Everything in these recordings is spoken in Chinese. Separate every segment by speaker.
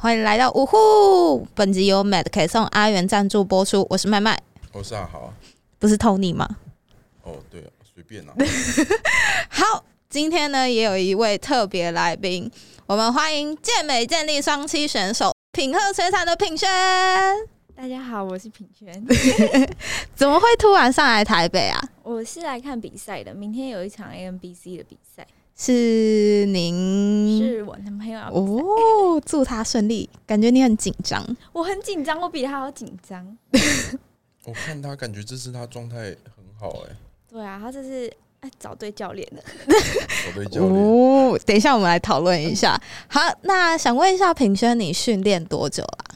Speaker 1: 欢迎来到呜呼！本集由 Mad K 送阿元赞助播出，我是麦麦，
Speaker 2: 我是阿豪啊。
Speaker 1: 不是 Tony 吗？
Speaker 2: 哦，对啊，随便 啊。
Speaker 1: 好，今天呢也有一位特别来宾，我们欢迎健美健力双栖选手品鹤水产的品轩。
Speaker 3: 大家好，我是品 轩，
Speaker 1: 怎么会突然上来台北啊？
Speaker 3: 我是来看比赛的。明天有一场 AMBC 的比赛，
Speaker 1: 是您
Speaker 3: 是我男朋友要比赛
Speaker 1: 嗯哦，祝他顺利。感觉你很紧张，
Speaker 3: 我很紧张，我比他好紧张。
Speaker 2: 我看他感觉这次他状态很好哎、
Speaker 3: 对啊，他这是哎找对教练了。
Speaker 2: 欸，我对教练
Speaker 1: 哦，等一下我们来讨论一下。好，那想问一下品轩，你训练多久啊？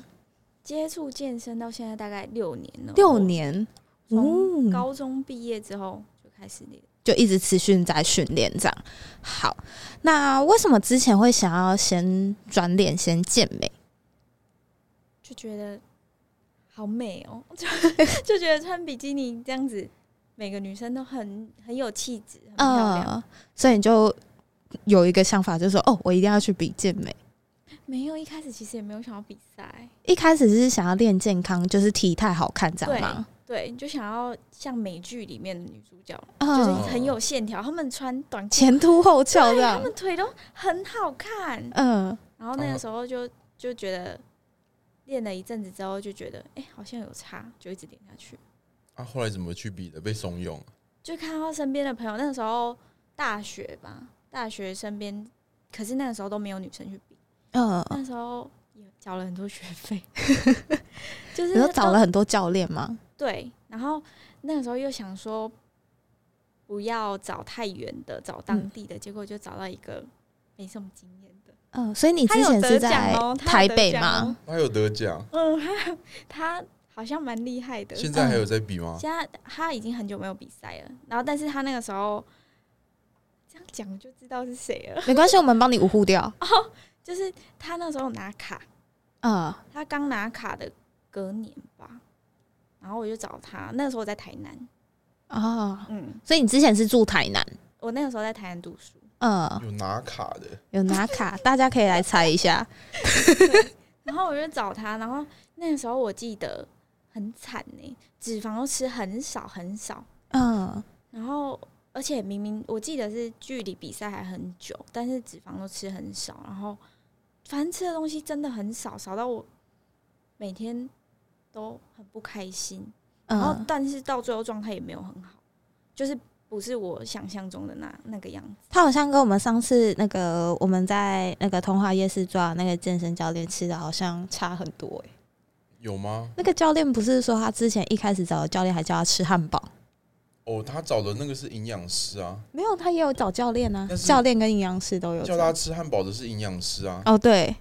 Speaker 3: 接触健身到现在大概六年了，
Speaker 1: 六，年，
Speaker 3: 从
Speaker 1: 嗯
Speaker 3: 高中毕业之后就开始练。
Speaker 1: 就一直持续在训练这样。好，那为什么之前会想要先转脸先健美？
Speaker 3: 就觉得好美哦， 就就觉得穿比基尼这样子，每个女生都很很有气质，很漂亮。
Speaker 1: 呃，所以你就有一个想法，就是说哦，我一定要去比健美。
Speaker 3: 没有一开始其实也没有想要比赛，
Speaker 1: 一开始是想要练健康，就是体态好看这样吗？
Speaker 3: 对，就想要像美剧里面的女主角，就是
Speaker 1: 嗯，
Speaker 3: 很有线条，他们穿短裤，
Speaker 1: 前凸后翘这
Speaker 3: 他
Speaker 1: 样。
Speaker 3: 们腿都很好看。
Speaker 1: 嗯，
Speaker 3: 然后那个时候就就觉得练了一阵子之后，就觉得哎、好像有差，就一直练下去。
Speaker 2: 啊，后来怎么去比的？被怂恿，啊
Speaker 3: 就看到身边的朋友，那个时候大学吧，大学身边，可是那个时候都没有女生去比，
Speaker 1: 嗯，
Speaker 3: 那时候也缴了很多学费， 就是
Speaker 1: 你说找
Speaker 3: 都
Speaker 1: 了很多教练吗？
Speaker 3: 对，然后那个时候又想说不要找太远的，找当地的，结果就找到一个没什么经验的。
Speaker 1: 嗯，所以你之
Speaker 3: 他有
Speaker 1: 前是
Speaker 3: 得
Speaker 1: 在
Speaker 3: 奖哦，他
Speaker 1: 台
Speaker 3: 有得
Speaker 1: 北
Speaker 3: 奖
Speaker 1: 吗
Speaker 3: 哦？？
Speaker 2: 他有得奖，
Speaker 3: 嗯， 他他好像蛮厉害的。嗯
Speaker 2: 现在还有在比吗？
Speaker 3: 现在他已经很久没有比赛了，然后但是他那个时候这样讲就知道是谁了，
Speaker 1: 没关系，我们帮你五护掉。
Speaker 3: 就是他那时候拿卡，
Speaker 1: 嗯，
Speaker 3: 他刚拿卡的隔年吧，然后我就找他，那个时候我在台南，
Speaker 1: 哦，
Speaker 3: 嗯，
Speaker 1: 所以你之前是住台南？
Speaker 3: 我那个时候在台南读书，
Speaker 1: 嗯，
Speaker 2: 有拿卡的，
Speaker 1: 有拿卡，大家可以来猜一下。
Speaker 3: 然后我就找他，然后那个时候我记得很惨呢、脂肪都吃很少很少，
Speaker 1: 嗯，
Speaker 3: 然后而且明明我记得是距离比赛还很久，但是脂肪都吃很少，然后反正吃的东西真的很少，少到我每天都很不开心，然后
Speaker 1: 嗯，
Speaker 3: 但是到最后状态也没有很好，就是不是我想象中的那那个样子。
Speaker 1: 他好像跟我们上次那个我们在那个通化夜市抓的那个健身教练吃的好像差很多诶、
Speaker 2: 有吗？
Speaker 1: 那个教练不是说他之前一开始找的教练还叫他吃汉堡？
Speaker 2: 哦，他找的那个是营养师啊，
Speaker 1: 没有，他也有找教练啊，
Speaker 2: 但是
Speaker 1: 教练跟营养师都有
Speaker 2: 叫
Speaker 1: 找。
Speaker 2: 他吃汉堡的是营养师啊。
Speaker 1: 哦，对。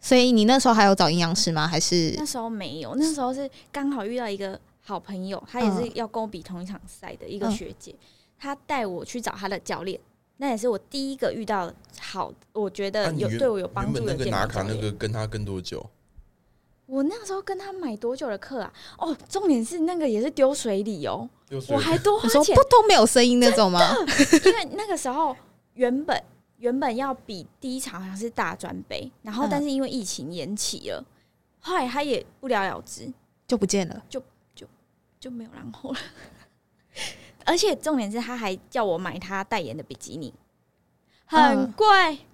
Speaker 1: 所以你那时候还有找营养师吗？还是
Speaker 3: 那时候没有，那时候是刚好遇到一个好朋友，她也是要跟我比同一场赛的一个
Speaker 1: 嗯
Speaker 3: 学姐，她带我去找她的教练，那也是我第一个遇到好，我觉
Speaker 2: 啊
Speaker 3: 得
Speaker 2: 你
Speaker 3: 有
Speaker 2: 原
Speaker 3: 对我有哦帮
Speaker 2: 原本
Speaker 3: 助
Speaker 2: 那
Speaker 3: 的
Speaker 2: 个
Speaker 3: 健
Speaker 2: 拿
Speaker 3: 美教
Speaker 2: 卡那
Speaker 3: 练。
Speaker 2: 个跟他跟多久？
Speaker 3: 我那时候跟她买多久的课啊？哦，重点是那个也是丢水里哦，
Speaker 2: 六岁
Speaker 3: 我还多花
Speaker 1: 你说
Speaker 3: 钱
Speaker 1: 扑，通没有声音那种吗？
Speaker 3: 因为那个时候原本原本要比第一场好像是大专杯，然后
Speaker 1: 嗯
Speaker 3: 但是因为疫情延期了，后来她也不了了之，
Speaker 1: 就不见了。
Speaker 3: 就没有然后了。 而且重点是，他还叫我买他代言的比基尼，很
Speaker 1: 嗯
Speaker 3: 贵，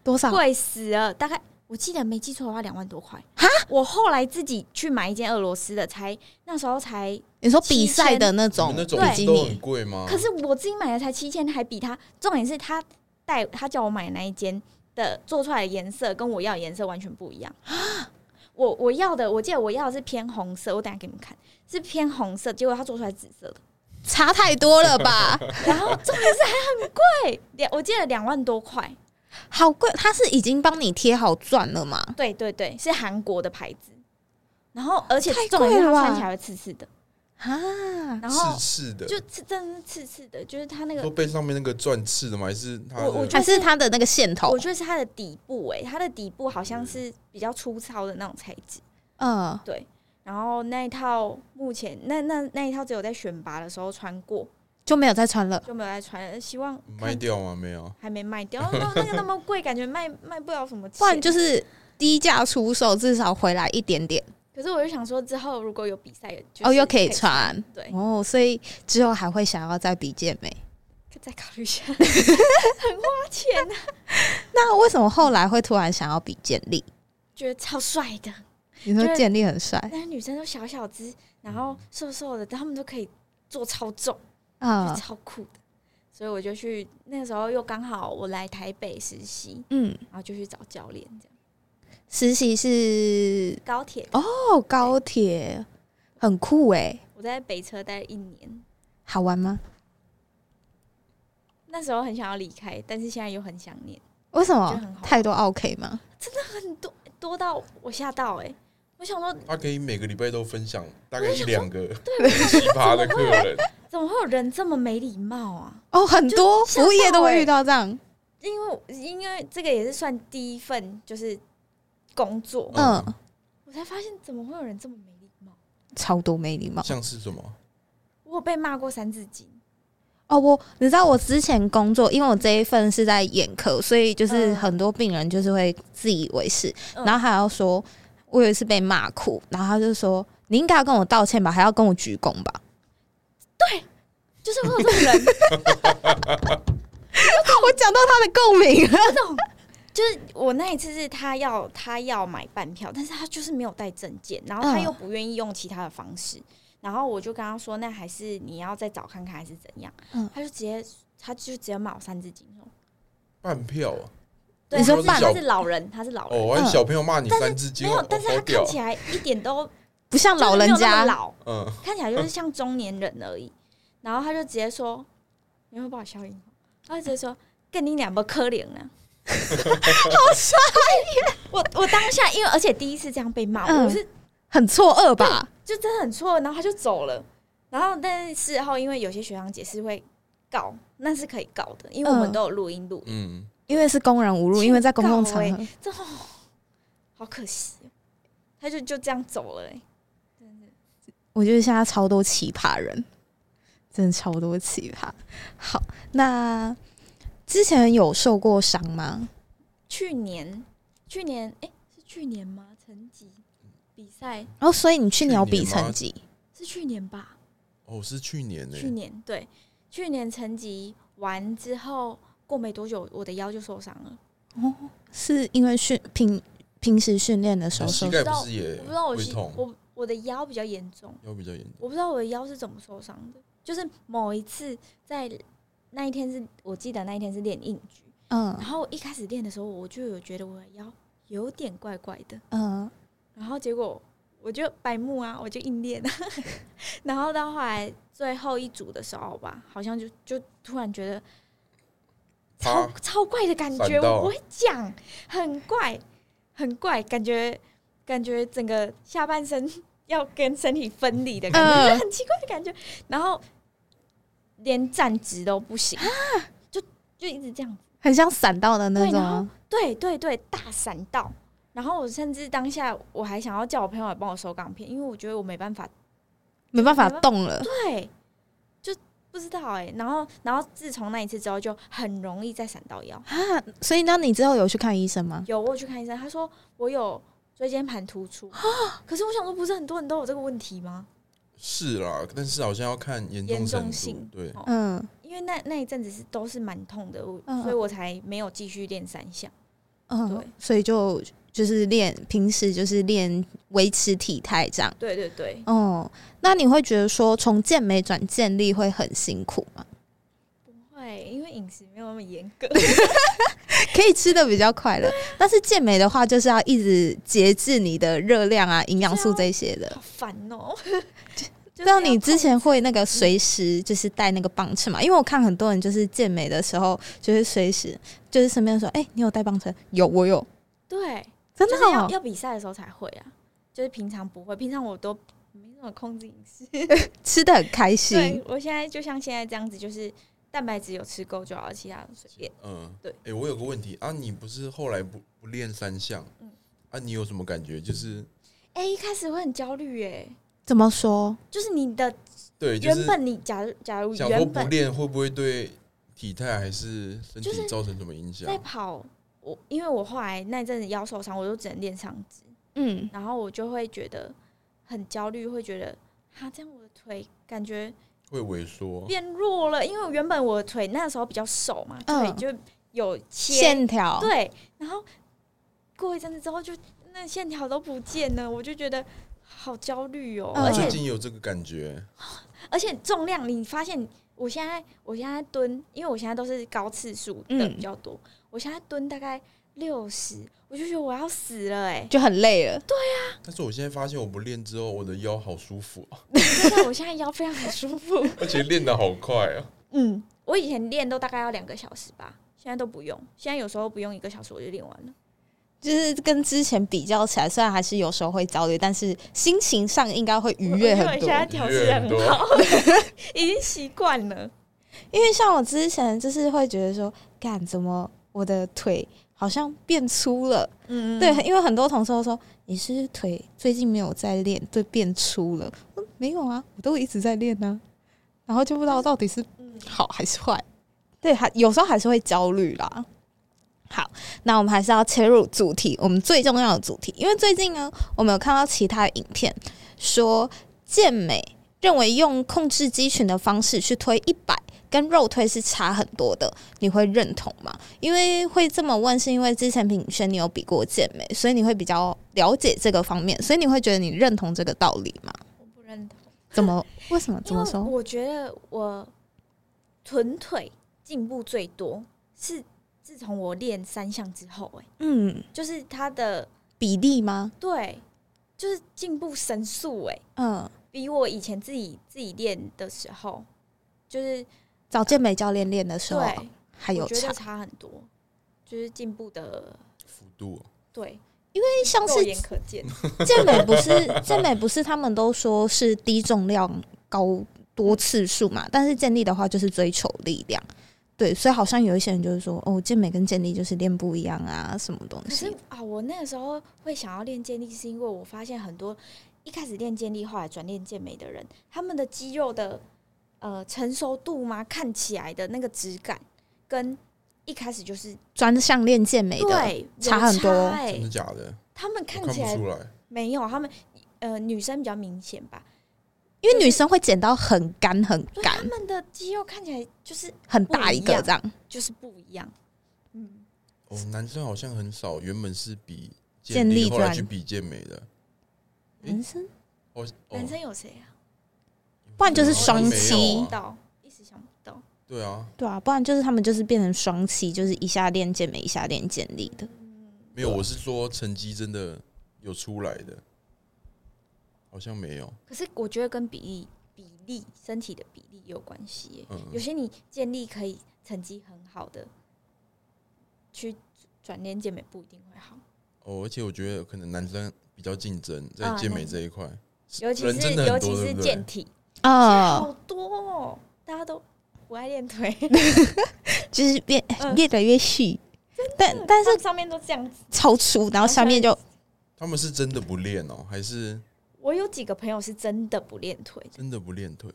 Speaker 1: 多少？
Speaker 3: 贵、死了。大概我记得没记错的话，两万多块。我后来自己去买一件俄罗斯的，才那时候才，
Speaker 1: 你说比赛的那种
Speaker 2: 你们那种
Speaker 1: 比
Speaker 2: 不是
Speaker 1: 基
Speaker 2: 都很
Speaker 1: 尼，
Speaker 2: 贵吗？
Speaker 3: 可是我自己买的才七千，还比他。重点是他带他叫我买的那一间的做出来的颜色跟我要的颜色完全不一样。我我要的，我记得我要的是偏红色，我等一下给你们看，是偏红色，结果他做出来紫色的。
Speaker 1: 差太多了吧？
Speaker 3: 然后重点是还很贵，两我记得两万多块。
Speaker 1: 好贵，他是已经帮你贴好钻了吗？
Speaker 3: 对对对，是韩国的牌子。然后而且
Speaker 1: 太
Speaker 3: 重点是
Speaker 1: 贵了吧
Speaker 3: 它穿起来会刺刺的，
Speaker 1: 啊，
Speaker 3: 然后
Speaker 2: 刺刺的，
Speaker 3: 就刺真的是刺刺的，就是它那
Speaker 2: 都
Speaker 3: 个，
Speaker 2: 被上面那个钻刺的吗？还是他
Speaker 3: 我我
Speaker 2: 的
Speaker 3: 就
Speaker 1: 还是它的那个线头
Speaker 3: 我？觉得是它的底部哎、它的底部好像是比较粗糙的那种材质。
Speaker 1: 嗯，
Speaker 3: 然后那一套目前那那那一套只有在选拔的时候穿过，
Speaker 1: 就没有再穿了。
Speaker 3: 就没有再穿了，希望
Speaker 2: 卖掉吗？没有。
Speaker 3: 哦还没卖掉，那那个那么贵，感觉卖卖不了什么
Speaker 1: 不然
Speaker 3: 钱。
Speaker 1: 就是低价出售，至少回来一点点
Speaker 3: 可是我就想说，之后如果有比赛，就是
Speaker 1: 哦，又可以
Speaker 3: 可以
Speaker 1: 穿
Speaker 3: 对，
Speaker 1: 哦，所以之后还会想要再比健美。
Speaker 3: 再考虑一下，很花钱啊，
Speaker 1: 那为什么后来会突然想要比健力？
Speaker 3: 觉得超帅的。
Speaker 1: 你说
Speaker 3: 就是
Speaker 1: 健力很 帅
Speaker 3: 那些女生都小小只，然后瘦瘦的，但她们都可以做超重，就
Speaker 1: 啊？
Speaker 3: 超酷的。所以我就去，那时候又刚好我来台北实习，
Speaker 1: 嗯，
Speaker 3: 然后就去找教练，这样
Speaker 1: 实习是
Speaker 3: 高铁。
Speaker 1: 哦，高铁很酷诶，
Speaker 3: 我在北车待了一年，
Speaker 1: 好玩吗？
Speaker 3: 那时候很想要离开，但是现在又很想念，
Speaker 1: 为什
Speaker 3: 就很
Speaker 1: 么
Speaker 3: 好
Speaker 1: 太多 OK 吗？
Speaker 3: 多到我吓到哎、我想说
Speaker 2: 他可以每个礼拜都分享大概一两个奇葩的客 人，
Speaker 3: 怎么会有人这么没礼貌啊？
Speaker 1: 哦，很多
Speaker 3: 就吓
Speaker 1: 服务业都
Speaker 3: 到
Speaker 1: 会
Speaker 3: 欸
Speaker 1: 遇到这样，
Speaker 3: 因为我因为这个也是算第一份就是工作，
Speaker 2: 嗯
Speaker 1: 嗯，
Speaker 3: 我才发现怎么会有人这么没礼貌。
Speaker 1: 超多没礼貌。
Speaker 2: 像是什么？
Speaker 3: 我有被骂过三字经，
Speaker 1: 哦，我你知道我之前工作，因为我这一份是在眼科，所以就是
Speaker 3: 嗯
Speaker 1: 很多病人就是会自以为是，
Speaker 3: 嗯
Speaker 1: 然后还要说，我有一次被骂哭，然后他就说你应该要跟我道歉吧，还要跟我鞠躬 吧，
Speaker 3: 就是会有这种人，
Speaker 1: 我讲到他的共鸣了，
Speaker 3: 就是我那一次是他要他要买半票，但是他就是没有带证件，然后他
Speaker 1: 嗯
Speaker 3: 又不愿意用其他的方式，然后我就跟他说，那还是你要再找看看还是怎样，
Speaker 1: 嗯
Speaker 3: 他就直接他就直接骂我三字经说，
Speaker 2: 半票啊！
Speaker 3: 对，
Speaker 1: 你说
Speaker 3: 他
Speaker 1: 骂
Speaker 3: 是他是老人，他是老人，
Speaker 2: 哦，还有小朋友骂你三字经
Speaker 3: 没
Speaker 2: 哦，
Speaker 3: 有，嗯但是他
Speaker 2: 好屌
Speaker 3: 看起来一点都
Speaker 1: 不像老人
Speaker 3: 就是没有那
Speaker 1: 家，
Speaker 3: 么老，
Speaker 2: 嗯，
Speaker 3: 看起来就是像中年人而已，然后他就直接说，你会把我消音，他就直接说跟你两不可怜 呢、好帅耶！我我当下因为而且第一次这样被骂，
Speaker 1: 嗯
Speaker 3: 我是
Speaker 1: 很错愕吧？
Speaker 3: 就真的很错，然后他就走了。然后但是事后，因为有些学长姐是会告，那是可以告的，因为我们
Speaker 1: 嗯
Speaker 3: 都有录音录影。
Speaker 2: 嗯，
Speaker 1: 因为是公然侮辱，因为在公共场
Speaker 3: 欠告
Speaker 1: 合，
Speaker 3: 这、哦、好可惜哦，他就就这样走了、欸，真的。
Speaker 1: 我觉得现在超多奇葩人，真的超多奇葩。好，那之前有受过伤吗？
Speaker 3: 去年，去年哎、是去年吗？成绩比赛
Speaker 1: 然、后，所以你去年有
Speaker 2: 去
Speaker 1: 比
Speaker 2: 年吗
Speaker 1: 成绩，
Speaker 3: 是去年吧？
Speaker 2: 哦，是去年呢、
Speaker 3: 去年对，去年成绩完之后，过没多久，我的腰就受伤了。
Speaker 1: 是因为训平平时训练的时候
Speaker 2: 你
Speaker 1: 受
Speaker 2: 膝
Speaker 1: 伤
Speaker 2: 盖不是也
Speaker 3: 我不知道我
Speaker 2: 会
Speaker 3: 膝
Speaker 2: 痛，
Speaker 3: 我我的腰比较严重，
Speaker 2: 腰比较严重。
Speaker 3: 我不知道我的腰是怎么受伤的。就是某一次在那一天是我记得那一天是练硬举，
Speaker 1: 嗯
Speaker 3: 然后我一开始练的时候，我就有觉得我的腰有点怪怪的，
Speaker 1: 嗯，
Speaker 3: 然后结果我就白目啊，我就硬练 啊，然后到后来最后一组的时候吧，好像就就突然觉得超
Speaker 2: 啪
Speaker 3: 超怪的感觉，
Speaker 2: 啊闪到
Speaker 3: 我不会讲，很怪，很怪，感觉感觉整个下半身 要跟身体分离的感觉，
Speaker 1: 嗯
Speaker 3: 很奇怪的感觉，然后连站直都不行，就就一直这样
Speaker 1: 很像闪到的那
Speaker 3: 对
Speaker 1: 种
Speaker 3: 然
Speaker 1: 啊。
Speaker 3: 对对对，大闪到。然后我甚至当下我还想要叫我朋友来帮我收港片，因为我觉得我没办法。
Speaker 1: 没办法
Speaker 3: 没办法
Speaker 1: 动了，
Speaker 3: 对，就不知道哎、然后，然后自从那一次之后，就很容易再闪到腰。
Speaker 1: 啊所以那你之后有去看医生吗？
Speaker 3: 有我有去看医生，他说我有椎间盘突出。 可是我想说，不是很多人都有这个问题吗？
Speaker 2: 是啦，但是好啊像要看严重
Speaker 3: 严重
Speaker 2: 程度
Speaker 3: 性。
Speaker 2: 对，
Speaker 3: 哦
Speaker 1: 嗯，
Speaker 3: 因为那那一阵子是都是蛮痛的，我
Speaker 1: 嗯
Speaker 3: 所以我才没有继续练三项。
Speaker 1: 嗯
Speaker 3: 对，
Speaker 1: 所以就就是练平时就是练维持体态这样。
Speaker 3: 对对对，
Speaker 1: 哦、那你会觉得说从健美转健力会很辛苦吗？
Speaker 3: 会因为饮食没有那么严格。
Speaker 1: 可以吃的比较快乐，
Speaker 3: 啊
Speaker 1: 但是健美的话就是要一直节制你的热量啊、营养素这些的。
Speaker 3: 好烦哦、 就
Speaker 1: 那
Speaker 3: 是
Speaker 1: 你
Speaker 3: 要嗯
Speaker 1: 之前会那个随时就是带那个磅秤嘛？因为我看很多人就是健美的时候，就是随时就是身边说：“哎、你有带磅秤？有，我有。
Speaker 3: 对，”
Speaker 1: 真的
Speaker 3: 就是要
Speaker 1: 哦、
Speaker 3: 要比赛的时候才会啊，就是平常不会，平常我都没怎么控制饮食。
Speaker 1: 吃的很开心
Speaker 3: 对。我现在就像现在这样子，就是蛋白质有吃够就好，其他的随便。
Speaker 2: 嗯，
Speaker 3: 对
Speaker 2: 哎、我有个问题啊，你不是后来不不练三项？
Speaker 3: 嗯
Speaker 2: 啊，你有什么感觉？就是
Speaker 3: 哎、一开始会很焦虑哎、
Speaker 1: 怎么说？
Speaker 3: 就是你的
Speaker 2: 对，就
Speaker 3: 原
Speaker 2: 是
Speaker 3: 本你假如假如
Speaker 2: 想说
Speaker 3: 原
Speaker 2: 不
Speaker 3: 本
Speaker 2: 练会不会对体态还是身
Speaker 3: 就是
Speaker 2: 体造成什么影响
Speaker 3: 在？跑，我因为我后来那阵子腰受伤，我就只能练上肢，
Speaker 1: 嗯，
Speaker 3: 然后我就会觉得很焦虑，会觉得哈，这样我的腿感觉
Speaker 2: 会萎缩，
Speaker 3: 变弱了，因为我原本我的腿那时候比较瘦嘛，腿
Speaker 1: 嗯
Speaker 3: 就有切，
Speaker 1: 线条，
Speaker 3: 对，然后过一阵子之后就那线条都不见了，我就觉得好焦虑哦，
Speaker 1: 嗯
Speaker 2: 我
Speaker 3: 而
Speaker 2: 最
Speaker 3: 且
Speaker 2: 近有这个感觉，
Speaker 3: 而且重量，你发现我现在我现在蹲，因为我现在都是高次数的
Speaker 1: 嗯
Speaker 3: 比较多，我现在蹲大概六十，我就觉得我要死了 哎、
Speaker 1: 就很累了。
Speaker 2: 但是我现在发现我不练之后，我的腰好舒服，哦
Speaker 3: 真的，我现在腰非常很舒服。
Speaker 2: 而且练得好快啊！
Speaker 3: 嗯，我以前练都大概要两个小时吧，现在都不用，现在有时候不用一个小时我就练完了。
Speaker 1: 就是跟之前比较起来，虽然还是有时候会焦虑，但是心情上应该会愉悦
Speaker 3: 我
Speaker 1: 很
Speaker 3: 我以为
Speaker 1: 多
Speaker 3: 现。在调
Speaker 2: 愉
Speaker 3: 试
Speaker 2: 悦
Speaker 3: 很嗯
Speaker 2: 很多
Speaker 3: 好， 已经习惯了。
Speaker 1: 因为像我之前就是会觉得说，干怎么我的腿好像变粗了？
Speaker 3: 嗯，
Speaker 1: 对，因为很多同事都说你是不是腿最近没有在练，对，变粗了。我说没有啊，我都一直在练呢、然后就不知道到底是
Speaker 3: 嗯
Speaker 1: 好还是坏。对，还有时候还是会焦虑啦。好，那我们还是要切入主题，我们最重要的主题，因为最近呢，我们有看到其他影片说健美认为用控制肌群的方式去推一百。跟肉推是差很多的，你会认同吗？因为会这么问，是因为之前品轩你有比过健美，所以你会比较了解这个方面，所以你会觉得你认同这个道理吗？
Speaker 3: 我不认同，
Speaker 1: 怎么？为什么这
Speaker 3: 因
Speaker 1: 么
Speaker 3: 为
Speaker 1: 说？
Speaker 3: 我觉得我臀腿进步最多是自从我练三项之后、欸，
Speaker 1: 嗯，
Speaker 3: 就是它的
Speaker 1: 比例吗？
Speaker 3: 对，就是进步神速、欸，
Speaker 1: 嗯，
Speaker 3: 比我以前自己自己练的时候，就是
Speaker 1: 找健美教练练的时候
Speaker 3: 对，
Speaker 1: 还有
Speaker 3: 我觉
Speaker 1: 差
Speaker 3: 得，差很多，就是进步的
Speaker 2: 幅度哦
Speaker 3: 对，
Speaker 1: 因为像
Speaker 3: 肉
Speaker 1: 是
Speaker 3: 眼可见。
Speaker 1: 健美不是 健美不是他们都说是低重量高多次数嘛，但是健力的话就是追求力量。对，所以好像有一些人就是说，哦，健美跟健力就是练不一样啊，什么东
Speaker 3: 可
Speaker 1: 西
Speaker 3: 是？啊，我那个时候会想要练健力，是因为我发现很多一开始练健力，后来转练健美的人，他们的肌肉的呃成熟度嘛，看起来的那个质感，跟一开始就是
Speaker 1: 专项练健美的，
Speaker 3: 对有
Speaker 1: 差很多
Speaker 3: 欸
Speaker 2: 真的假的？
Speaker 3: 他们
Speaker 2: 我
Speaker 3: 看
Speaker 2: 看不
Speaker 3: 起来
Speaker 2: 出来，
Speaker 3: 没有，他们呃女生比较明显吧，
Speaker 1: 因为女生会减到很干很
Speaker 3: 对
Speaker 1: 干
Speaker 3: 他，们的肌肉看起来就是
Speaker 1: 很大一个
Speaker 3: 不一样
Speaker 1: 这样。
Speaker 3: 就是不一样。嗯，
Speaker 2: 哦，男生好像很少，原本是比
Speaker 1: 健
Speaker 2: 健
Speaker 1: 力
Speaker 2: 力，后来
Speaker 1: 专
Speaker 2: 去比健美的。诶
Speaker 3: 嗯
Speaker 1: 男生
Speaker 2: 哦，哦
Speaker 3: 男生有谁啊？
Speaker 1: 不然就是
Speaker 2: 好像
Speaker 1: 双
Speaker 2: 没有
Speaker 1: 膝
Speaker 2: 啊
Speaker 3: 不到，一时想不到。
Speaker 2: 对啊，
Speaker 1: 对啊，不然就是他们就是变成双栖，就是一下练健美，一下练健力的。
Speaker 2: 没
Speaker 3: 啊
Speaker 2: 有，我是说成绩真的有出来的，好像没有。
Speaker 3: 可是我觉得跟比例、比例、身体的比例有关系耶。
Speaker 2: 嗯，
Speaker 3: 有些你建立可以成绩很好的，去转练健美不一定会好，
Speaker 2: 哦，而且我觉得可能男生比较竞争在
Speaker 3: 啊
Speaker 2: 健美
Speaker 3: 男
Speaker 2: 这一块，
Speaker 3: 尤其
Speaker 2: 人
Speaker 3: 是
Speaker 2: 真的
Speaker 3: 尤
Speaker 2: 很多
Speaker 3: 其是
Speaker 2: 对不对
Speaker 3: 健体，
Speaker 1: 啊、
Speaker 3: 好多哦，大家都不爱练腿，
Speaker 1: 就是变
Speaker 3: 嗯
Speaker 1: 越来越细，但但是
Speaker 3: 他们上面都这样子。
Speaker 1: 超粗，然后下面就
Speaker 2: 他们是真的不练哦，还是
Speaker 3: 我有几个朋友是真的不练腿的，
Speaker 2: 真的不练腿？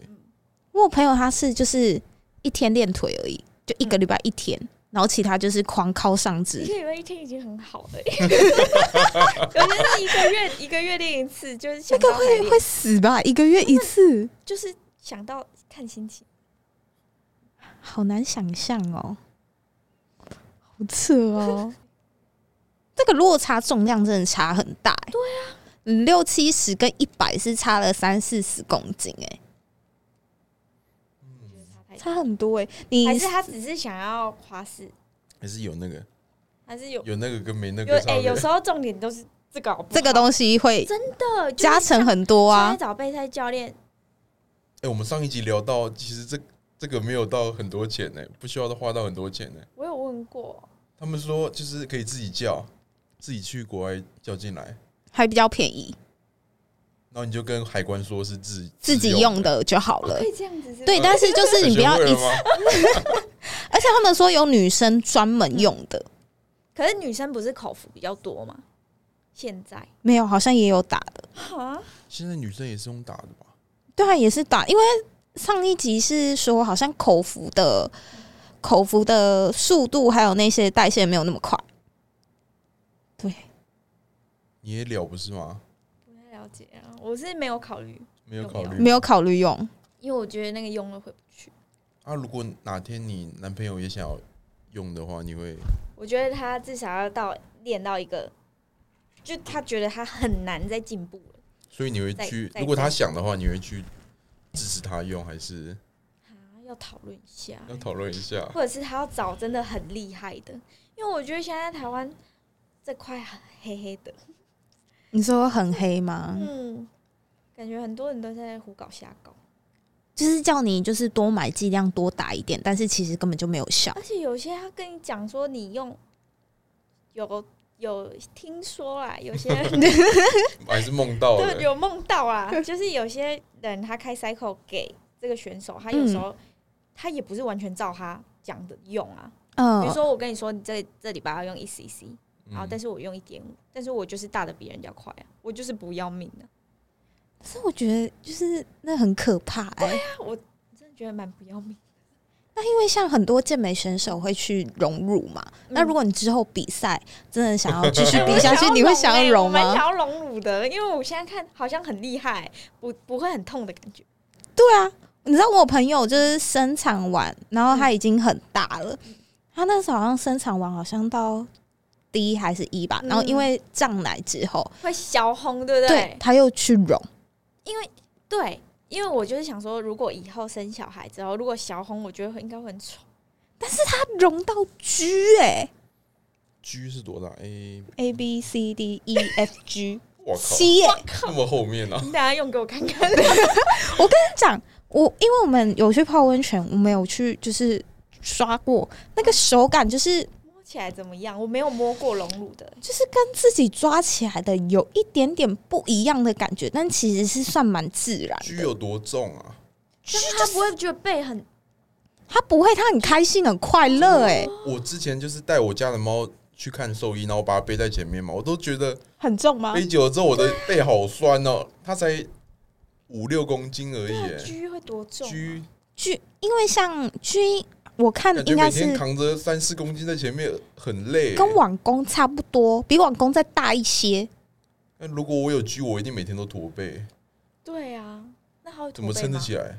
Speaker 1: 我有朋友他是就是一天练腿而已，就一个礼拜一天，然后其他就是狂靠上
Speaker 3: 嗯一
Speaker 1: 肢，
Speaker 3: 个礼拜一天已经很好了耶， 有些是一个月一个月练一次，就是想
Speaker 1: 这个
Speaker 3: 到
Speaker 1: 会
Speaker 3: 还
Speaker 1: 会死吧？一个月一次，
Speaker 3: 就是想到看心情。
Speaker 1: 好难想象哦，好扯 哦，这个落差重量真的差很大、对啊，六七十跟一百是差了三四十公斤、欸，
Speaker 3: 我觉得差太多
Speaker 1: 差很多哎、你
Speaker 3: 还是他只是想要夸饰，
Speaker 2: 还是有那个
Speaker 3: 还是有
Speaker 2: 有那个跟没那
Speaker 3: 有
Speaker 2: 个
Speaker 3: 哎、
Speaker 2: 差别？
Speaker 3: 有时候重点都是这个好不好
Speaker 1: 这个东西会
Speaker 3: 真的
Speaker 1: 加成很多
Speaker 3: 多
Speaker 1: 啊
Speaker 3: 现在。找备胎教练，
Speaker 2: 哎、我们上一集聊到，其实这这个没有到很多钱呢、不需要花到很多钱呢、
Speaker 3: 我有问过，
Speaker 2: 他们说就是可以自己叫，自己去国外叫进来，
Speaker 1: 还比较便宜，
Speaker 2: 然后你就跟海关说是自
Speaker 1: 自己用，的就好了
Speaker 3: 可。以这样子是吗
Speaker 1: 对，但是就是
Speaker 2: 呃自
Speaker 1: 你
Speaker 2: 己
Speaker 1: 不要
Speaker 2: 用的
Speaker 1: 一
Speaker 2: 学
Speaker 1: 次
Speaker 2: 会，了吗
Speaker 1: 而且他们说有女生专门用的，
Speaker 3: 可是女生不是口服比较多吗？现在
Speaker 1: 没有，好像也有打的。
Speaker 3: 哈，
Speaker 2: 现在女生也是用打的吧？
Speaker 1: 对啊，也是打，因为上一集是说好像口服的，口服的速度还有那些代谢没有那么快，对，
Speaker 2: 你也了不是吗？
Speaker 3: 不太了解啊，我是没有考虑，
Speaker 2: 没有考
Speaker 3: 有
Speaker 2: 虑
Speaker 1: 没有考虑用。
Speaker 3: 因为我觉得那个用了回不去。
Speaker 2: 啊？如果哪天你男朋友也想要用的话，你会
Speaker 3: 我觉得他至少要到练到一个，就他觉得他很难再进步了。
Speaker 2: 所以你会
Speaker 3: 再
Speaker 2: 去？
Speaker 3: 再
Speaker 2: 如果他想的话，你会去支持他用，还是
Speaker 3: 啊，要讨论一下，
Speaker 2: 要讨论一下？
Speaker 3: 或者是他要找真的很厉害的，因为我觉得现在台湾这块很黑黑的，
Speaker 1: 你说很黑吗？
Speaker 3: 嗯，感觉很多人都在胡搞瞎搞，
Speaker 1: 就是叫你就是多买剂量多打一点，但是其实根本就没有效
Speaker 3: 而。且有些他跟你讲说你用有有听说啦，有些人
Speaker 2: 还是梦到
Speaker 3: 对
Speaker 2: 了？
Speaker 3: 有梦到啊，就是有些人他开 cycle 给这个选手，他有时候、他也不是完全照他讲的用啊，比如
Speaker 1: 嗯，
Speaker 3: 说我跟你说你这这礼拜要用一 cc，
Speaker 2: 嗯
Speaker 3: 然后但是我用一点五，但是我就是大的比人家快啊，我就是不要命的、
Speaker 1: 所以我觉得就是那很可怕哎、
Speaker 3: 真的觉得蛮不要命。
Speaker 1: 那因为像很多健美选手会去融入嘛，那如果你之后比赛真的想要 继续比下去，你会嗯想要融
Speaker 3: 我蛮
Speaker 1: 吗？
Speaker 3: 想要融乳的，因为我现在看好像很厉害，不不会很痛的感觉。
Speaker 1: 对啊，你知道我朋友就是生产完，然后他已经很大了，他那时候好像生产完好像到 D 还是 E 吧，
Speaker 3: 嗯
Speaker 1: 然后因为胀奶之后，
Speaker 3: 会小红，对
Speaker 1: 对
Speaker 3: 不对？
Speaker 1: 他又去融，
Speaker 3: 因为对，因为我就是想说，如果以后生小孩之后，如果小红，我觉得会应该会很丑。
Speaker 1: 他融到 G 哎、
Speaker 2: G 是多大？A，
Speaker 1: A B C D E F G
Speaker 2: 我靠，
Speaker 1: C 耶、
Speaker 2: 那么后面啊？
Speaker 3: 你等下用给我看看。
Speaker 1: 讲我，因为我们有去泡温泉，我们有去就是刷过，那个手感就是
Speaker 3: 摸起来怎么样？我没有摸过隆乳的，
Speaker 1: 就是跟自己抓起来的有一点点不一样的感觉，但其实是算蛮自然
Speaker 2: G
Speaker 1: 的。
Speaker 2: 有多重啊？
Speaker 3: 但是他不会觉得背很
Speaker 1: 他不会，他很开心，很快
Speaker 2: 哦
Speaker 1: 乐，哎，
Speaker 2: 我之前就是带我家的猫去看兽医，然后我把它背在前面嘛，我都觉得
Speaker 1: 很重吗
Speaker 2: 背久了之后我的背好酸哦，它才五六公斤而已
Speaker 3: 对啊
Speaker 2: 耶。
Speaker 3: ，G 会多重啊？
Speaker 2: G
Speaker 1: 巨，因为像巨，我看
Speaker 2: 感觉
Speaker 1: 应该
Speaker 2: 每天
Speaker 1: 是
Speaker 2: 扛着三四公斤在前面很累耶。
Speaker 1: 跟网工差不多，比网工再大一些。
Speaker 2: 那如果我有 G，我一定每天都驼背，
Speaker 3: 对啊，那他会
Speaker 2: 怎么
Speaker 3: 驼背
Speaker 2: 撑得
Speaker 3: 吗
Speaker 2: 起来？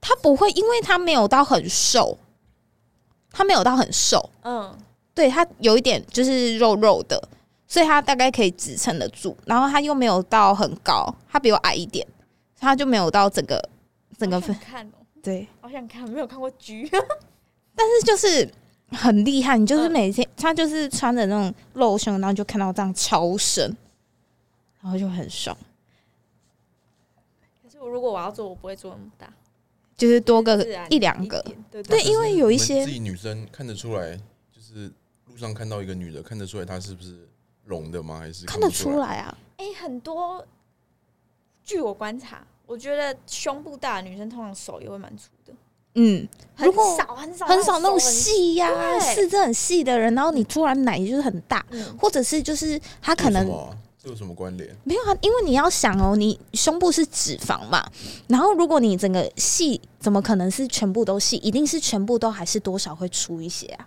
Speaker 1: 他不会，因为他没有到很瘦，他没有到很瘦，
Speaker 3: 嗯，
Speaker 1: 对，它有一点就是肉肉的，所以它大概可以支撑得住。然后它又没有到很高，它比我矮一点，它就没有到整个整个
Speaker 3: 好想
Speaker 1: 分
Speaker 3: 看哦，
Speaker 1: 对。
Speaker 3: 好想看，没有看过 G，
Speaker 1: 但是就是很厉害，你就是
Speaker 3: 嗯
Speaker 1: 每天它就是穿着那种露胸，然后就看到这样超深，然后就很爽。
Speaker 3: 可是我如果我要做，我不会做那么大，
Speaker 1: 就是多个
Speaker 3: 自然
Speaker 1: 呃一两个，
Speaker 3: 点，对
Speaker 1: 对
Speaker 3: 对，
Speaker 1: 因为有一些
Speaker 2: 你们自己女生看得出来，就是路上看到一个女的，看得出来她是不是聋的吗？还是
Speaker 1: 看
Speaker 2: 不
Speaker 1: 得出
Speaker 2: 来？
Speaker 1: 来啊。
Speaker 3: 哎、很多，据我观察，我觉得胸部大的女生通常手也会蛮粗的，
Speaker 1: 嗯，
Speaker 3: 很
Speaker 1: 如果
Speaker 3: 少很少
Speaker 1: 很少那种
Speaker 3: 手很，
Speaker 1: 细呀、
Speaker 3: 对
Speaker 1: 四肢很细的人，然后你突然奶就是很大，
Speaker 3: 嗯，
Speaker 1: 或者是就是他可
Speaker 2: 这有
Speaker 1: 能
Speaker 2: 什么啊这有什么关联？
Speaker 1: 没有啊，因为你要想哦，你胸部是脂肪嘛，然后如果你整个细，怎么可能是全部都细？一定是全部都还是多少会出一些啊。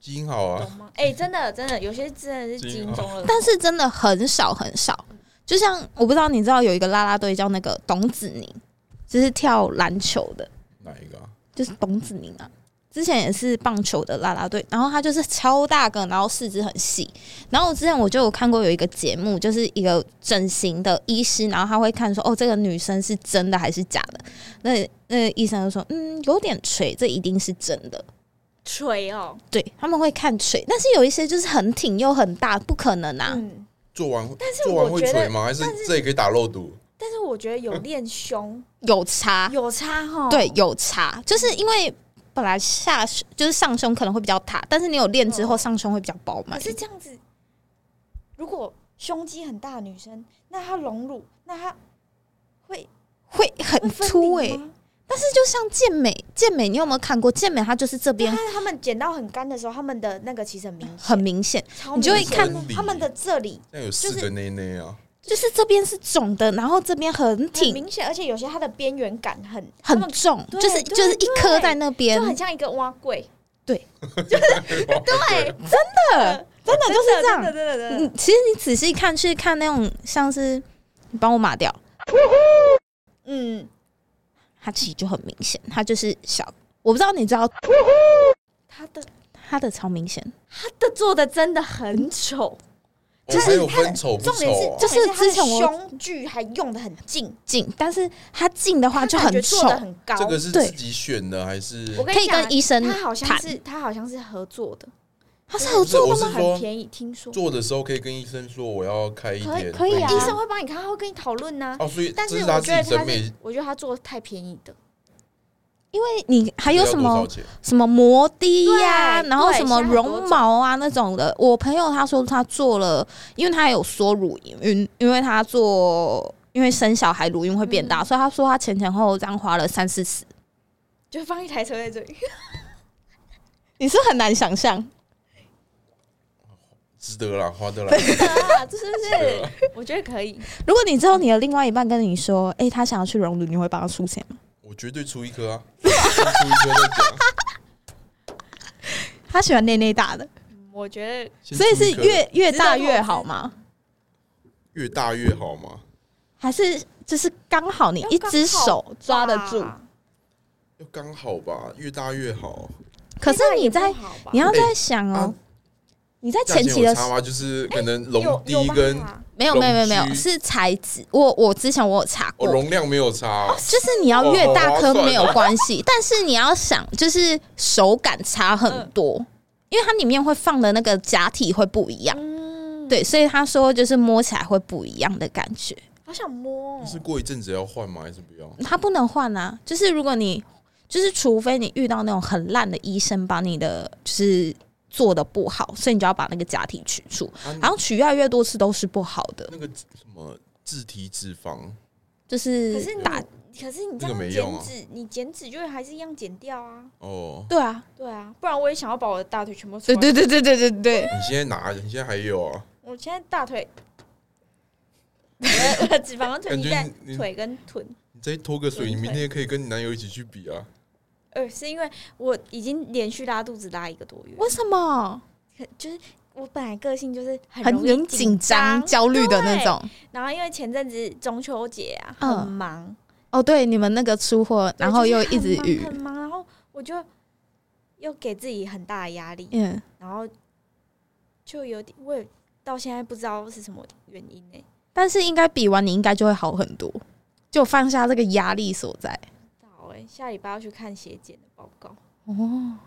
Speaker 2: 基因好啊
Speaker 3: 懂，吗？哎、真的真的，有些真的是基因哦中了，
Speaker 1: 但是真的很少很少，就像我不知道你知道有一个啦啦队叫那个董子宁，就是跳篮球的，
Speaker 2: 哪一个、啊？
Speaker 1: 就是董子宁啊。之前也是棒球的啦啦队，然后他就是超大个，然后四肢很细。然后我之前我就有看过有一个节目，就是一个整形的医师，然后他会看说，哦，这个女生是真的还是假的？那那医生就说，嗯，有点垂，这一定是真的。
Speaker 3: 垂哦，
Speaker 1: 对，他们会看垂，但是有一些就是很挺又很大，不可能啊。
Speaker 3: 嗯，
Speaker 2: 做完会
Speaker 3: 但是
Speaker 2: 做完
Speaker 3: 我
Speaker 2: 会
Speaker 3: 觉
Speaker 2: 垂
Speaker 3: 得，
Speaker 2: 吗？还是这也可以打肉毒？
Speaker 3: 但是我觉得有练胸
Speaker 1: 有差，
Speaker 3: 有差哈，
Speaker 1: 啊对，有差，就是因为本来下就是上胸可能会比较塌，但是你有练之后，
Speaker 3: 哦
Speaker 1: 上胸会比较饱满
Speaker 3: 可。是这样子，如果胸肌很大的女生，那她隆乳，那她会
Speaker 1: 会很
Speaker 3: 会分
Speaker 1: 粗诶、
Speaker 3: 离吗？
Speaker 1: 但是就像健美，健美你有没有看过？健美它就是这边
Speaker 3: 但是他们剪到很干的时候，他们的那个其实很明显，
Speaker 1: 很明显，
Speaker 3: 超
Speaker 1: 你就会
Speaker 3: 明显
Speaker 1: 看
Speaker 3: 的他们的这里
Speaker 2: 这样有四
Speaker 3: 就
Speaker 2: 个内内啊，
Speaker 1: 就是这边是肿的，然后这边很
Speaker 3: 很
Speaker 1: 挺
Speaker 3: 明显，而且有些它的边缘感很
Speaker 1: 很
Speaker 3: 他们
Speaker 1: 重，
Speaker 3: 对
Speaker 1: 就是
Speaker 3: 对
Speaker 1: 就是一颗在那
Speaker 3: 就
Speaker 1: 边，
Speaker 3: 很像一个蛙柜，
Speaker 1: 对，
Speaker 3: 对，真
Speaker 1: 的。真的就是这样
Speaker 3: 真的。真的真的真
Speaker 1: 嗯，其实你仔细看去看那种像是你帮我码掉，
Speaker 3: 的，嗯，
Speaker 1: 它其实就很明显，它就是小。我不知道你知道
Speaker 3: 他的
Speaker 1: 它的超明显，
Speaker 3: 他的做的真的很丑，
Speaker 2: 我哦还有分丑不
Speaker 3: 重点是
Speaker 2: 丑啊？
Speaker 1: 就是
Speaker 3: 重点
Speaker 1: 之
Speaker 3: 是
Speaker 1: 前
Speaker 3: 他的
Speaker 1: 我
Speaker 3: 胸距还用的很近，
Speaker 1: 近，但是它近的话
Speaker 3: 他
Speaker 1: 就
Speaker 3: 感
Speaker 1: 很
Speaker 3: 觉
Speaker 1: 丑
Speaker 3: 做，的很高。
Speaker 2: 啊这个是
Speaker 1: 对
Speaker 2: 自己选的还是？
Speaker 3: 我跟
Speaker 1: 可
Speaker 3: 你
Speaker 1: 以
Speaker 3: 讲
Speaker 1: 跟，医生
Speaker 3: 他好像
Speaker 1: 谈
Speaker 3: 是他好像是合作的，
Speaker 1: 它是有做
Speaker 2: 不
Speaker 1: 的
Speaker 2: 是
Speaker 1: 吗？
Speaker 2: 我是说
Speaker 3: 很便宜，听说
Speaker 2: 做的时候可以跟医生说我要开一
Speaker 3: 可以
Speaker 2: 点，
Speaker 1: 可以啊
Speaker 3: 医生会帮你看，他会跟你讨论呐。
Speaker 2: 哦，所以
Speaker 3: 但
Speaker 2: 这
Speaker 3: 是
Speaker 2: 他
Speaker 3: 我
Speaker 2: 自
Speaker 3: 觉得
Speaker 2: 己
Speaker 3: 他
Speaker 2: 审
Speaker 3: 是
Speaker 2: 美，
Speaker 3: 我觉得他做的太便宜的，
Speaker 1: 因为你还有什
Speaker 2: 要多
Speaker 1: 么
Speaker 2: 少钱
Speaker 1: 什么摩的呀、
Speaker 3: 对
Speaker 1: 然后
Speaker 3: 对
Speaker 1: 什么
Speaker 3: 现在很多
Speaker 1: 绒毛啊那种的。我朋友他说他做了，因为他有说乳晕，因为他做因为生小孩乳晕会变大，
Speaker 3: 嗯
Speaker 1: 所以他说他前前后后这样花了三四十。
Speaker 3: 就放一台车在这里，
Speaker 1: 你是不是很难想象，
Speaker 2: 值得啦，花得来。
Speaker 3: 啊，这是不
Speaker 2: 对
Speaker 3: 是？我觉得可以，
Speaker 1: 如果你知道你的另外一半跟你说，哎、他想要去熔炉，你会帮他出钱吗？
Speaker 2: 我绝对出一颗啊，先出一颗再讲。
Speaker 1: 他喜欢内内大的，
Speaker 3: 嗯我觉得
Speaker 2: 先
Speaker 1: 所以
Speaker 2: 出
Speaker 1: 是
Speaker 2: 一颗
Speaker 1: 越越大
Speaker 3: 知道
Speaker 1: 越
Speaker 3: 我
Speaker 1: 好吗？
Speaker 2: 越大越好嘛？
Speaker 1: 还是就是刚好你
Speaker 3: 要
Speaker 1: 一
Speaker 3: 刚
Speaker 1: 只
Speaker 3: 好
Speaker 1: 手抓得
Speaker 3: 吧
Speaker 1: 住？
Speaker 2: 要刚好吧，越大越好。
Speaker 1: 可是你在
Speaker 3: 那也不好吧
Speaker 1: 你要在想哦，
Speaker 2: 啊
Speaker 1: 你在
Speaker 2: 价
Speaker 1: 前
Speaker 2: 钱
Speaker 1: 期
Speaker 2: 有
Speaker 1: 的
Speaker 2: 差吗？就是可能
Speaker 3: 哎有
Speaker 2: 容
Speaker 3: 有哦啊
Speaker 2: 低
Speaker 3: 吧
Speaker 2: 跟
Speaker 1: 没有没有没有没
Speaker 2: 容
Speaker 1: 有
Speaker 2: 积
Speaker 1: 是材质，我我之前我有查
Speaker 2: 哦
Speaker 1: 过，
Speaker 2: 容量没有差啊，
Speaker 1: 哦就是你要越大颗
Speaker 2: 哦划算
Speaker 1: 没有关系，但是你要想就是手感差很
Speaker 3: 嗯
Speaker 1: 多，因为它里面会放的那个假体会不一样，
Speaker 3: 嗯，
Speaker 1: 对，所以他说就是摸起来会不一样的感觉，
Speaker 3: 好想摸哦，
Speaker 2: 是过一阵子要换吗？还是不要？
Speaker 1: 它不能换啊，就是如果你就是除非你遇到那种很烂的医生把你的就是做的不好，所以你就要把那个假体取出，然
Speaker 2: 啊，
Speaker 1: 后取越来越多次都是不好的，
Speaker 2: 那个什么自体脂肪，
Speaker 1: 就是
Speaker 3: 可是你
Speaker 1: 打
Speaker 3: 可是你这
Speaker 2: 那个
Speaker 3: 样
Speaker 2: 没
Speaker 3: 减
Speaker 2: 用啊
Speaker 3: 脂，你减脂就还是一样减掉啊，
Speaker 2: 哦，
Speaker 1: 对啊，
Speaker 3: 对啊，不然我也想要把我的大腿全部，
Speaker 1: 对，对对对对对对，
Speaker 2: 你现在拿，你现在还有啊？
Speaker 3: 我现在大 腿，我的我的脂肪跟
Speaker 2: 感
Speaker 3: 囤积
Speaker 2: 觉
Speaker 3: 在
Speaker 2: 你你
Speaker 3: 腿跟臀。
Speaker 2: 你再拖个水，
Speaker 3: 轮
Speaker 2: 你
Speaker 3: 回
Speaker 2: 明天可以跟你男友一起去比啊。
Speaker 3: 呃，是因为我已经连续拉肚子拉一个多月，
Speaker 1: 为什么
Speaker 3: 可就是我本来个性就是很
Speaker 1: 很
Speaker 3: 容易
Speaker 1: 很紧张、焦虑的那种？
Speaker 3: 然后因为前阵子中秋节啊，
Speaker 1: 嗯
Speaker 3: 很忙，
Speaker 1: 哦，对，你们那个出货， 然后又
Speaker 3: 对
Speaker 1: 一直
Speaker 3: 就是
Speaker 1: 雨
Speaker 3: 很，忙，很忙然后我就又给自己很大的压力，
Speaker 1: 嗯，
Speaker 3: 然后就有点，我也到现在不知道是什么原因呢、
Speaker 1: 但是应该比完你应该就会好很多，就放下这个压力所在。
Speaker 3: 不知道哎、下礼拜要去看血检的报告。
Speaker 1: 哦，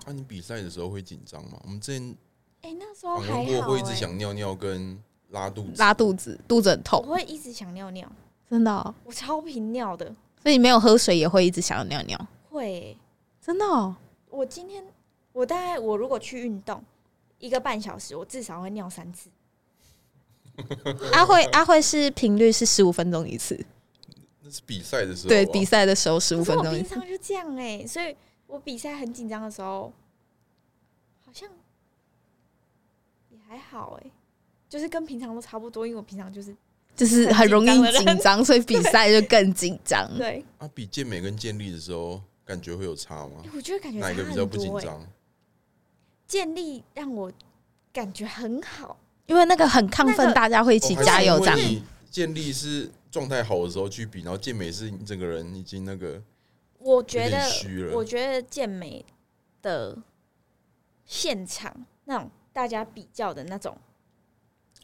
Speaker 2: 那啊你比赛的时候会紧张吗？我们之前
Speaker 3: 哎、那时候
Speaker 2: 访
Speaker 3: 还
Speaker 2: 问过，
Speaker 3: 好、
Speaker 2: 会一直
Speaker 3: 欸，
Speaker 2: 想尿尿跟拉肚子。
Speaker 1: 欸拉肚子，肚子很
Speaker 3: 我
Speaker 1: 痛，
Speaker 3: 会一直想尿尿，
Speaker 1: 真的、哦，
Speaker 3: 我超频尿的，
Speaker 1: 所以你没有喝水也会一直想要尿尿，
Speaker 3: 会、欸。
Speaker 1: 真的、哦。
Speaker 3: 我今天我大概我如果去运动一个半小时，我至少会尿三次。
Speaker 1: 阿慧，阿慧是频率是十五分钟一次，
Speaker 2: 那是比赛的时候啊，
Speaker 1: 对，比赛的时候十五
Speaker 3: 可是
Speaker 1: 分
Speaker 3: 我
Speaker 1: 钟一
Speaker 3: 平
Speaker 1: 次。
Speaker 3: 常就这样哎、所以我比赛很紧张的时候，好像也还好哎、就是跟平常都差不多，因为我平常就是
Speaker 1: 就是很容易
Speaker 3: 很紧张的人
Speaker 1: 紧张，所以比赛就更紧 张。
Speaker 3: 对，
Speaker 2: 啊，比健美跟健力的时候，感觉会有差吗
Speaker 3: 哎？我觉得感觉
Speaker 2: 哪
Speaker 3: 差
Speaker 2: 一个比较
Speaker 3: 很
Speaker 2: 不紧
Speaker 3: 多哎、
Speaker 2: 张？
Speaker 3: 建立让我感觉很好，
Speaker 1: 因为那个很亢
Speaker 3: 那
Speaker 1: 奋，
Speaker 3: 个
Speaker 1: 大家会一起
Speaker 2: 哦
Speaker 1: 加油这。
Speaker 2: 还
Speaker 1: 样
Speaker 2: 是。因为你健力是状态好的时候去比，然后健美是你整个人已经那个哦
Speaker 3: 我
Speaker 2: 有
Speaker 3: 觉
Speaker 2: 点
Speaker 3: 得
Speaker 2: 虚了
Speaker 3: 我。觉得健美的现场那种大家比较的那种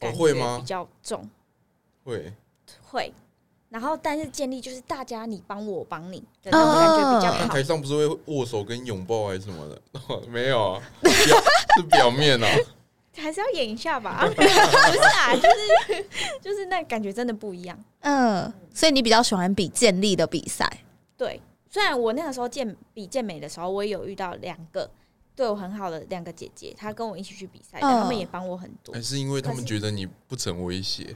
Speaker 2: 哦
Speaker 3: 感，
Speaker 2: 会
Speaker 3: 觉比
Speaker 2: 吗？
Speaker 3: 较重，
Speaker 2: 会，
Speaker 3: 会。然后，但是建立就是大家你帮我，我帮你的那种
Speaker 1: 嗯
Speaker 3: 感觉比较
Speaker 2: 那
Speaker 3: 好。
Speaker 2: 台上不是会握手跟拥抱还是什么的？ 没有啊，表 是表面啊。
Speaker 3: 还是要演一下吧？ 不是啊，就是就是那感觉真的不一样。
Speaker 1: 嗯，所以你比较喜欢比健力的比赛，
Speaker 3: 对，虽然我那个时候健比健美的时候，我也有遇到两个对我很好的两个姐姐，她跟我一起去比赛，
Speaker 1: 嗯
Speaker 3: 但她们也帮我很多
Speaker 2: 还。是因为他
Speaker 3: 可
Speaker 2: 们
Speaker 3: 是
Speaker 2: 觉得你不成威胁，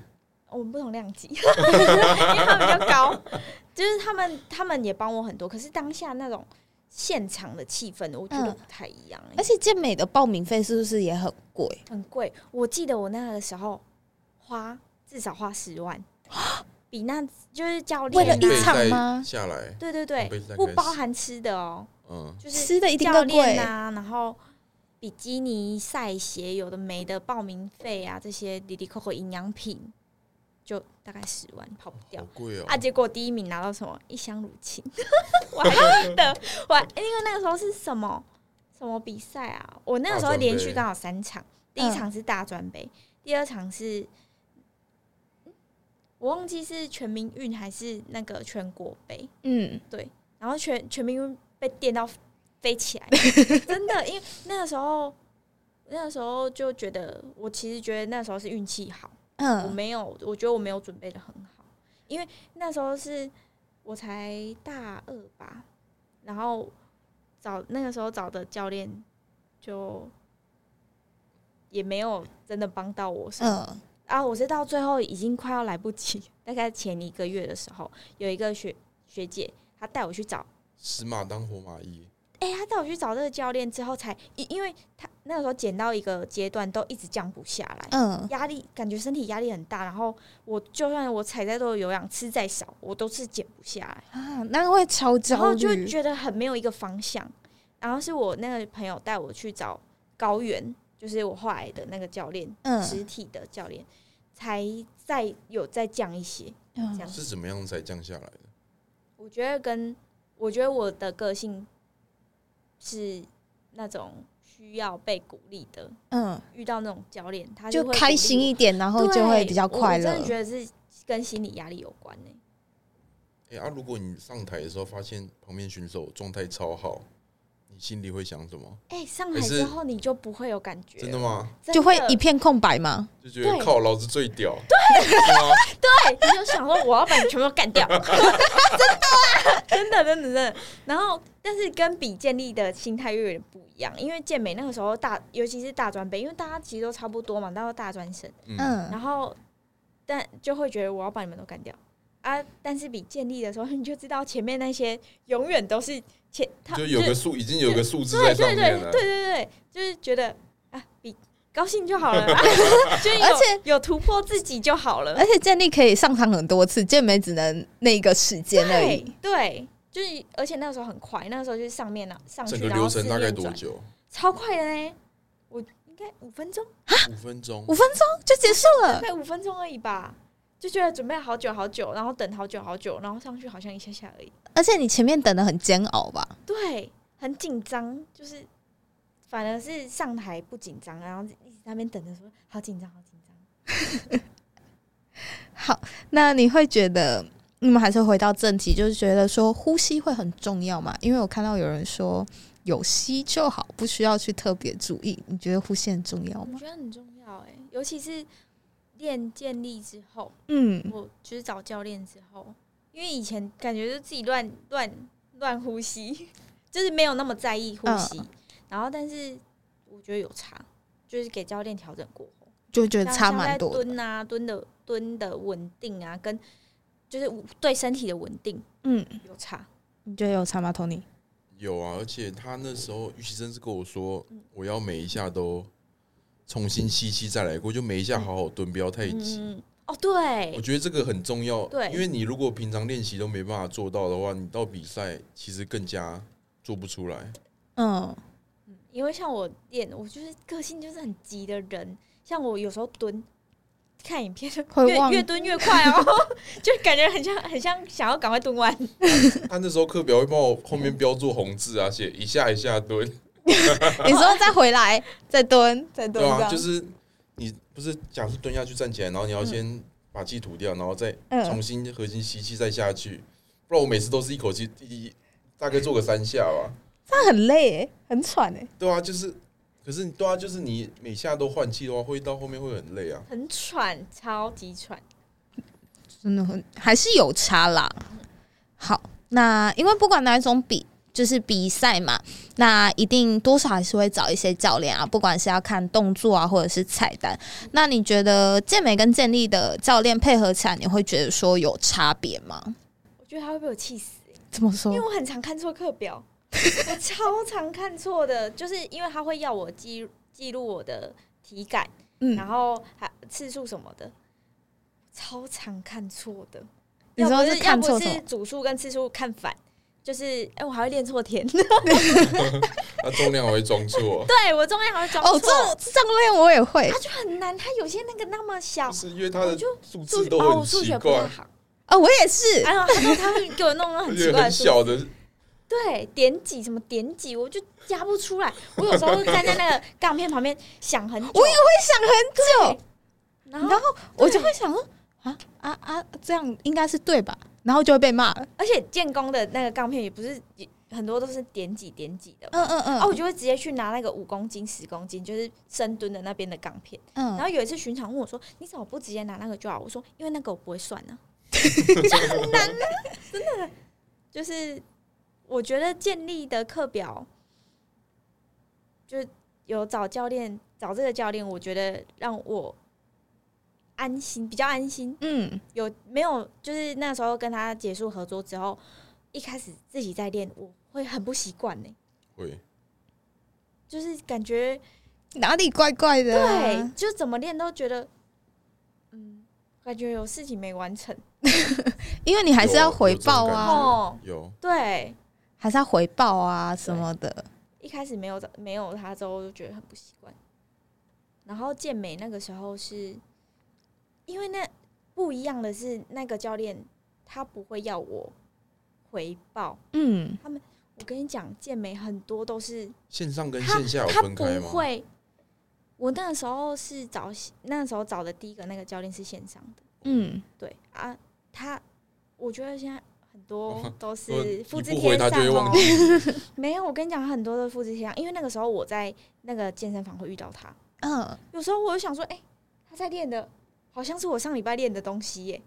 Speaker 3: 我们不同量级， 因为他们比较高，就是他们他们也帮我很多。可是当下那种现场的气氛，我觉得
Speaker 1: 嗯
Speaker 3: 不太一样、欸
Speaker 1: 而且健美的报名费是不是也很贵？
Speaker 3: 很贵。我记得我那个时候花至少花十万，比那就是教
Speaker 1: 为
Speaker 3: 练
Speaker 1: 了
Speaker 3: 啊
Speaker 1: 一场
Speaker 2: 再
Speaker 1: 吗
Speaker 2: 下来，
Speaker 3: 对对对
Speaker 2: 两倍是大，概
Speaker 3: 不包含吃的哦，
Speaker 2: 嗯，
Speaker 3: 就是
Speaker 1: 吃的一定
Speaker 3: 教
Speaker 1: 更
Speaker 3: 练
Speaker 1: 贵，
Speaker 3: 啊，然后比基尼、晒鞋，有的没的，报名费啊，这些滴滴扣扣营养品，就大概十万，跑不掉
Speaker 2: 好。贵哦、
Speaker 3: 啊，结果第一名拿到什么？一箱乳 清，我还记得，我还因为那个时候是什么什么比赛啊？我那个时候连续刚好三场，第一场是大专杯，第二场是，我忘记是全民运还是那个全国杯，
Speaker 1: 嗯，
Speaker 3: 然后全全民运被电到飞 起来，真的，因为那个时候那个时候就觉得，我其实觉得那时候是运气好。我
Speaker 1: 嗯，
Speaker 3: 没有，我觉得我没有准备的很好，因为那时候是我才大二吧，然后找那个时候找的教练就也没有真的帮到我什么
Speaker 1: 嗯，
Speaker 3: 啊，我是到最后已经快要来不及， 大概前一个月的时候，有一个学学姐她带我去找
Speaker 2: 死马当活马医，
Speaker 3: 哎、他带我去找这个教练之后才，因因为他那个时候减到一个阶段都一直降不下来，
Speaker 1: 嗯，
Speaker 3: 压力感觉身体压力很大，然后我就算我踩再多的有氧，吃再少，我都是减不下来，
Speaker 1: 啊，那会超
Speaker 3: 然
Speaker 1: 焦
Speaker 3: 后就
Speaker 1: 虑，
Speaker 3: 觉得很没有一个方向。然后是我那个朋友带我去找高原，就是我后来的那个教练，
Speaker 1: 嗯，
Speaker 3: 实体的教练，才再有再降一些。
Speaker 1: 嗯
Speaker 3: 这样
Speaker 2: 是怎么样才降下来的？
Speaker 3: 我觉得跟我觉得我的个性是那种需要被鼓励的，
Speaker 1: 嗯，
Speaker 3: 遇到那种教练，他
Speaker 1: 就
Speaker 3: 会
Speaker 1: 开心一点，然
Speaker 3: 鼓励我，
Speaker 1: 后就会比较
Speaker 3: 对我
Speaker 1: 快
Speaker 3: 我真
Speaker 1: 乐
Speaker 3: 的。觉得是跟心理压力有关欸呢、
Speaker 2: 哎、啊，如果你上台的时候发现旁边选手状态超好，你心里会想什么？
Speaker 3: 哎、上
Speaker 2: 可
Speaker 3: 海
Speaker 2: 是
Speaker 3: 之后你就不会有感觉了，
Speaker 2: 真的吗？
Speaker 3: 真的？
Speaker 1: 就会一片空白嘛，
Speaker 2: 就觉得
Speaker 3: 对
Speaker 2: 靠，老子最屌，对吗？
Speaker 3: 对，你就想说我要把你全部都干 掉，真的啊，真的真的真的。然后，但是跟比健力的心态又有点不一样，因为健美那个时候大，尤其是大专杯，因为大家其实都差不多嘛，大家都大专生，
Speaker 2: 嗯，
Speaker 1: 嗯
Speaker 3: 然后但就会觉得我要把你们都干掉啊。但是比健力的时候，你就知道前面那些永远都是前，他
Speaker 2: 就有
Speaker 3: 是
Speaker 2: 个数，已经有个数字在
Speaker 3: 对对
Speaker 2: 上面
Speaker 3: 对对
Speaker 2: 了。
Speaker 3: 对对，就是觉得啊，比高兴就好了 啦，就是有
Speaker 1: 而且
Speaker 3: 有突破自己就好了
Speaker 1: 而。且建立可以上场很多次，健美只能那个时间而
Speaker 3: 对
Speaker 1: 已。
Speaker 3: 对，就是而且那个时候很快，那个时候就是上面呢上
Speaker 2: 整
Speaker 3: 去，
Speaker 2: 个
Speaker 3: 然后
Speaker 2: 流
Speaker 3: 四
Speaker 2: 程大概
Speaker 3: 面
Speaker 2: 多
Speaker 3: 转，
Speaker 2: 久？
Speaker 3: 超快的呢。我应该五分钟，
Speaker 2: 五分钟
Speaker 1: 五。分钟就结束
Speaker 3: 大
Speaker 1: 了，
Speaker 3: 概五分钟而已吧。就觉得准备好久好久，然后等好久好久，然后上去好像一下下而已。
Speaker 1: 而且你前面等的很煎熬吧？
Speaker 3: 对，很紧张，就是反而是上台不紧张，然后一直在那边等着说好紧张好紧张。
Speaker 1: 好，那你会觉得，你们还是回到正题，就是觉得说呼吸会很重要嘛？因为我看到有人说有吸就好，不需要去特别注意。你觉得呼吸很重要
Speaker 3: 我
Speaker 1: 吗？
Speaker 3: 觉得很重要哎、尤其是练健力之后，
Speaker 1: 嗯
Speaker 3: 我就是找教练之后，因为以前感觉就自己乱乱乱呼吸， 就是没有那么在意呼
Speaker 1: 嗯
Speaker 3: 吸，然后但是我觉得有差，就是给教练调整过后，
Speaker 1: 就觉得
Speaker 3: 像
Speaker 1: 差
Speaker 3: 像
Speaker 1: 蛮
Speaker 3: 在
Speaker 1: 多的。
Speaker 3: 蹲啊蹲的蹲的稳定啊，跟就是对身体的稳定
Speaker 1: 嗯，
Speaker 3: 有差，
Speaker 1: 你觉得有差吗，Tony？
Speaker 2: 有啊，而且他那时候预习生是跟我说
Speaker 3: 嗯，
Speaker 2: 我要每一下都重新吸气再来过，就每一下好好蹲，不要太急。
Speaker 3: 嗯，哦对
Speaker 2: 我，觉得这个很重要，
Speaker 3: 对
Speaker 2: 因为你如果平常练习都没办法做到的话，你到比赛其实更加做不出 来。
Speaker 1: 嗯
Speaker 3: 因为像我练，我就是个性就是很急的人，像我有时候蹲。看影片就
Speaker 1: 会
Speaker 3: 越
Speaker 1: 忘
Speaker 3: 越蹲越快哦， 就感觉很像很像想要赶快蹲完。
Speaker 2: 他那时候课表会帮我后面标注红字啊，写一下一下蹲，
Speaker 1: 你说再回来，再蹲，再蹲这
Speaker 2: 对啊，
Speaker 1: 样，
Speaker 2: 就是你不是假设蹲下去站起来，然后你要
Speaker 3: 嗯
Speaker 2: 先把气吐掉，然后再重
Speaker 1: 嗯，
Speaker 2: 新核心吸气再下去，不然我每次都是一口气一大概做个三下吧。
Speaker 1: 这样很累诶，很喘诶。
Speaker 2: 对啊，就是，可是对啊，就是你每下都换气的话，会到后面会很累啊。
Speaker 3: 很喘，超级喘。
Speaker 1: 真的很还是有差啦。好，那因为不管哪一种比。就是比赛嘛，那一定多少还是会找一些教练啊，不管是要看动作啊，或者是菜单。那你觉得健美跟健力的教练配合起来，你会觉得说有差别吗？
Speaker 3: 我觉得他会被我气死、欸
Speaker 1: 怎么说
Speaker 3: 因为我很常看错课表，我超常看错的，就是因为他会要我记记录我的体感，
Speaker 1: 嗯
Speaker 3: 然，后还次数什么的，超常看错的。
Speaker 1: 你说
Speaker 3: 要不
Speaker 1: 是
Speaker 3: 是
Speaker 1: 看错
Speaker 3: 要
Speaker 1: 什
Speaker 3: 不是
Speaker 1: 么？
Speaker 3: 组数跟次数看反，就是哎、我还会练错天，
Speaker 2: 那重量我会装错，啊
Speaker 3: 对我中间还会装
Speaker 1: 哦，这
Speaker 3: 错，
Speaker 1: 上面我也会
Speaker 3: 它就很难，它有些那个那么小
Speaker 2: 就，是因为它
Speaker 3: 我
Speaker 2: 的
Speaker 3: 就
Speaker 2: 数
Speaker 3: 数
Speaker 2: 字
Speaker 3: 学
Speaker 2: 都
Speaker 3: 哦，
Speaker 2: 很
Speaker 3: 我数
Speaker 2: 奇
Speaker 3: 学不太
Speaker 2: 怪，
Speaker 3: 好，
Speaker 1: 哦，我也是，
Speaker 3: 然后然后他会给我弄那
Speaker 2: 而
Speaker 3: 种很奇
Speaker 2: 且
Speaker 3: 怪的
Speaker 2: 很
Speaker 3: 数
Speaker 2: 小的，
Speaker 3: 对，点几什么点几，我就加不出来。我有时候站在那个杠片旁边想很久，
Speaker 1: 我也会想很久，
Speaker 3: 然后
Speaker 1: 然我就会想说啊啊啊，这样应该是对吧？然后就会被骂了。
Speaker 3: 而且建工的那个杠片也不是也很多都是点几点几的嘛。
Speaker 1: 嗯嗯嗯
Speaker 3: 哦，我就会直接去拿那个五公斤、十公斤，就是深蹲的那边的杠片。然
Speaker 1: 嗯，
Speaker 3: 后有一次巡场问我说：“你怎么不直接拿那个就好？”我说：“因为那个我不会算啊呢、就很难呢、真的。就是我觉得建立的课表，就是有找教练，找这个教练，我觉得让我安心，比较安心。
Speaker 1: 嗯，
Speaker 3: 有没有？就是那时候跟他结束合作之后，一开始自己在练，我会很不习惯呢，
Speaker 2: 会
Speaker 3: 就是感觉
Speaker 1: 哪里怪怪的、
Speaker 3: 对，，就怎么练都觉得，嗯，感觉有事情没完成。
Speaker 1: 因为你还是要回报
Speaker 2: 有有这种
Speaker 1: 啊，
Speaker 3: 哦，
Speaker 2: 有
Speaker 3: 对，
Speaker 1: 还是要回报啊什么的。
Speaker 3: 一开始没有没有他之后，就觉得很不习惯。然后健美那个时候是，因为那不一样的是，那个教练他不会要我回报。
Speaker 1: 嗯，
Speaker 3: 我跟你讲，健美很多都是
Speaker 2: 线上跟
Speaker 3: 他
Speaker 2: 线下有
Speaker 3: 他
Speaker 2: 分开
Speaker 3: 不
Speaker 2: 吗？
Speaker 3: 会。我那时候是找那时候找的第一个那个教练是线上的。
Speaker 1: 嗯，
Speaker 3: 对啊，他我觉得现在很多都
Speaker 2: 我
Speaker 3: 是复制
Speaker 2: 哦你不
Speaker 3: 贴
Speaker 2: 回
Speaker 3: 上
Speaker 2: 他就会
Speaker 3: 哦
Speaker 2: 忘。记
Speaker 3: 没有，我跟你讲，很多都是复制贴上，啊因为那个时候我在那个健身房会遇到他，
Speaker 1: 嗯，
Speaker 3: 有时候我就想说，哎、他在练的。好像是我上礼拜练的东西耶，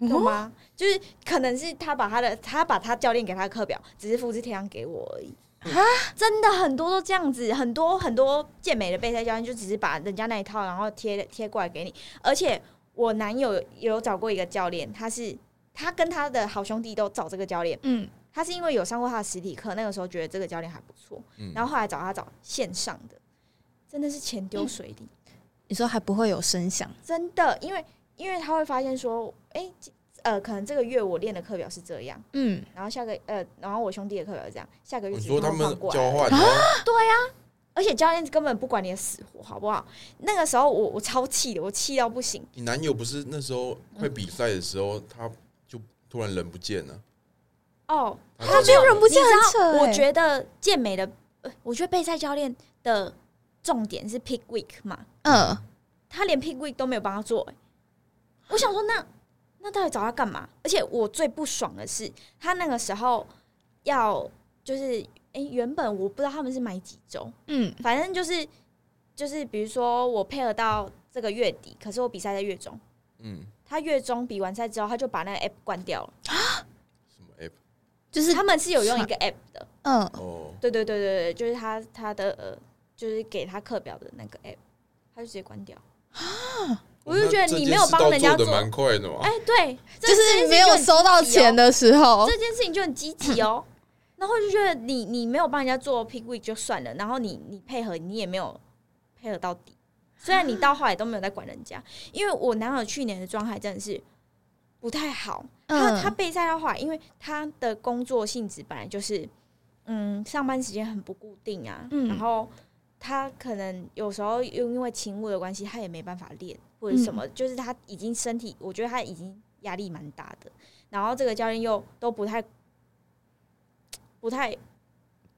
Speaker 3: 懂
Speaker 1: 哦
Speaker 3: 吗？就是可能是他把他的，他把他教练给他的课表，只是复制贴上给我而已。
Speaker 1: 啊，
Speaker 3: 真的很多都这样子，很多很多健美的备赛教练就只是把人家那一套，然后贴贴过来给你。而且我男友也有找过一个教练，他是他跟他的好兄弟都找这个教练，
Speaker 1: 嗯，
Speaker 3: 他是因为有上过他的实体课，那个时候觉得这个教练还不错，
Speaker 2: 嗯
Speaker 3: 然后后来找他找线上的，真的是钱
Speaker 2: 嗯
Speaker 3: 丢水里。
Speaker 1: 你说还不会有声响，
Speaker 3: 真的，因为因为他会发现说，哎、这呃，可能这个月我练的课表是这样，
Speaker 1: 嗯，
Speaker 3: 然后下个呃，然后我兄弟的课表是这样，下个月
Speaker 2: 哦你
Speaker 3: 其实
Speaker 2: 说他
Speaker 3: 会
Speaker 2: 们
Speaker 3: 换过
Speaker 2: 交
Speaker 3: 来，
Speaker 2: 换，然后
Speaker 3: 而且教练根本不管你的死活，好不好？那个时候我我超气的，我气到不行，
Speaker 2: 你男友不是那时候快比赛的时候，他就突然人不见了，
Speaker 3: 哦，
Speaker 2: 他
Speaker 1: 没有人不
Speaker 3: 你知
Speaker 1: 见很扯、
Speaker 3: 道，
Speaker 1: 欸，
Speaker 3: 我觉得健美的，呃我觉得备赛教练的重点是 pick week 嘛，
Speaker 1: 嗯，
Speaker 3: 他连 pick week 都没有帮他做、欸我想说那那到底找他干嘛？而且我最不爽的是，他那个时候要就是，哎、原本我不知道他们是买几周，
Speaker 1: 嗯
Speaker 3: 反正就是就是，比如说我配合到这个月底，可是我比赛在月中，
Speaker 2: 嗯，
Speaker 3: 他月中比完赛之后，他就把那个 app 关掉了。
Speaker 2: 什么 app
Speaker 1: 就是
Speaker 3: 他们是有用一个 app 的，
Speaker 1: 嗯，
Speaker 2: 哦，
Speaker 3: 对对对对对，就是他他的、呃、就是给他课表的那个 app，他就直接关掉。
Speaker 1: 哦
Speaker 3: 我就觉得你没有帮人家
Speaker 2: 的
Speaker 3: 做
Speaker 2: 蛮快的嘛
Speaker 3: 哎、，对，这
Speaker 1: 就是没有收到钱
Speaker 3: 的。
Speaker 1: 的时候，
Speaker 3: 这件事情就很积极哦。然后就觉得你你没有帮人家做 pick week 就算了，然后你你配合你也没有配合到底，虽然你到后来都没有在管人家，因为我男友去年的状态真的是不太好，他
Speaker 1: 嗯，
Speaker 3: 他备赛的话，因为他的工作性质本来就是，嗯，上班时间很不固定啊，
Speaker 1: 嗯
Speaker 3: 然后他可能有时候又因为勤务的关系，他也没办法练或者
Speaker 1: 嗯
Speaker 3: 什么，就是他已经身体，我觉得他已经压力蛮大的，然后这个教练又都不太，不太，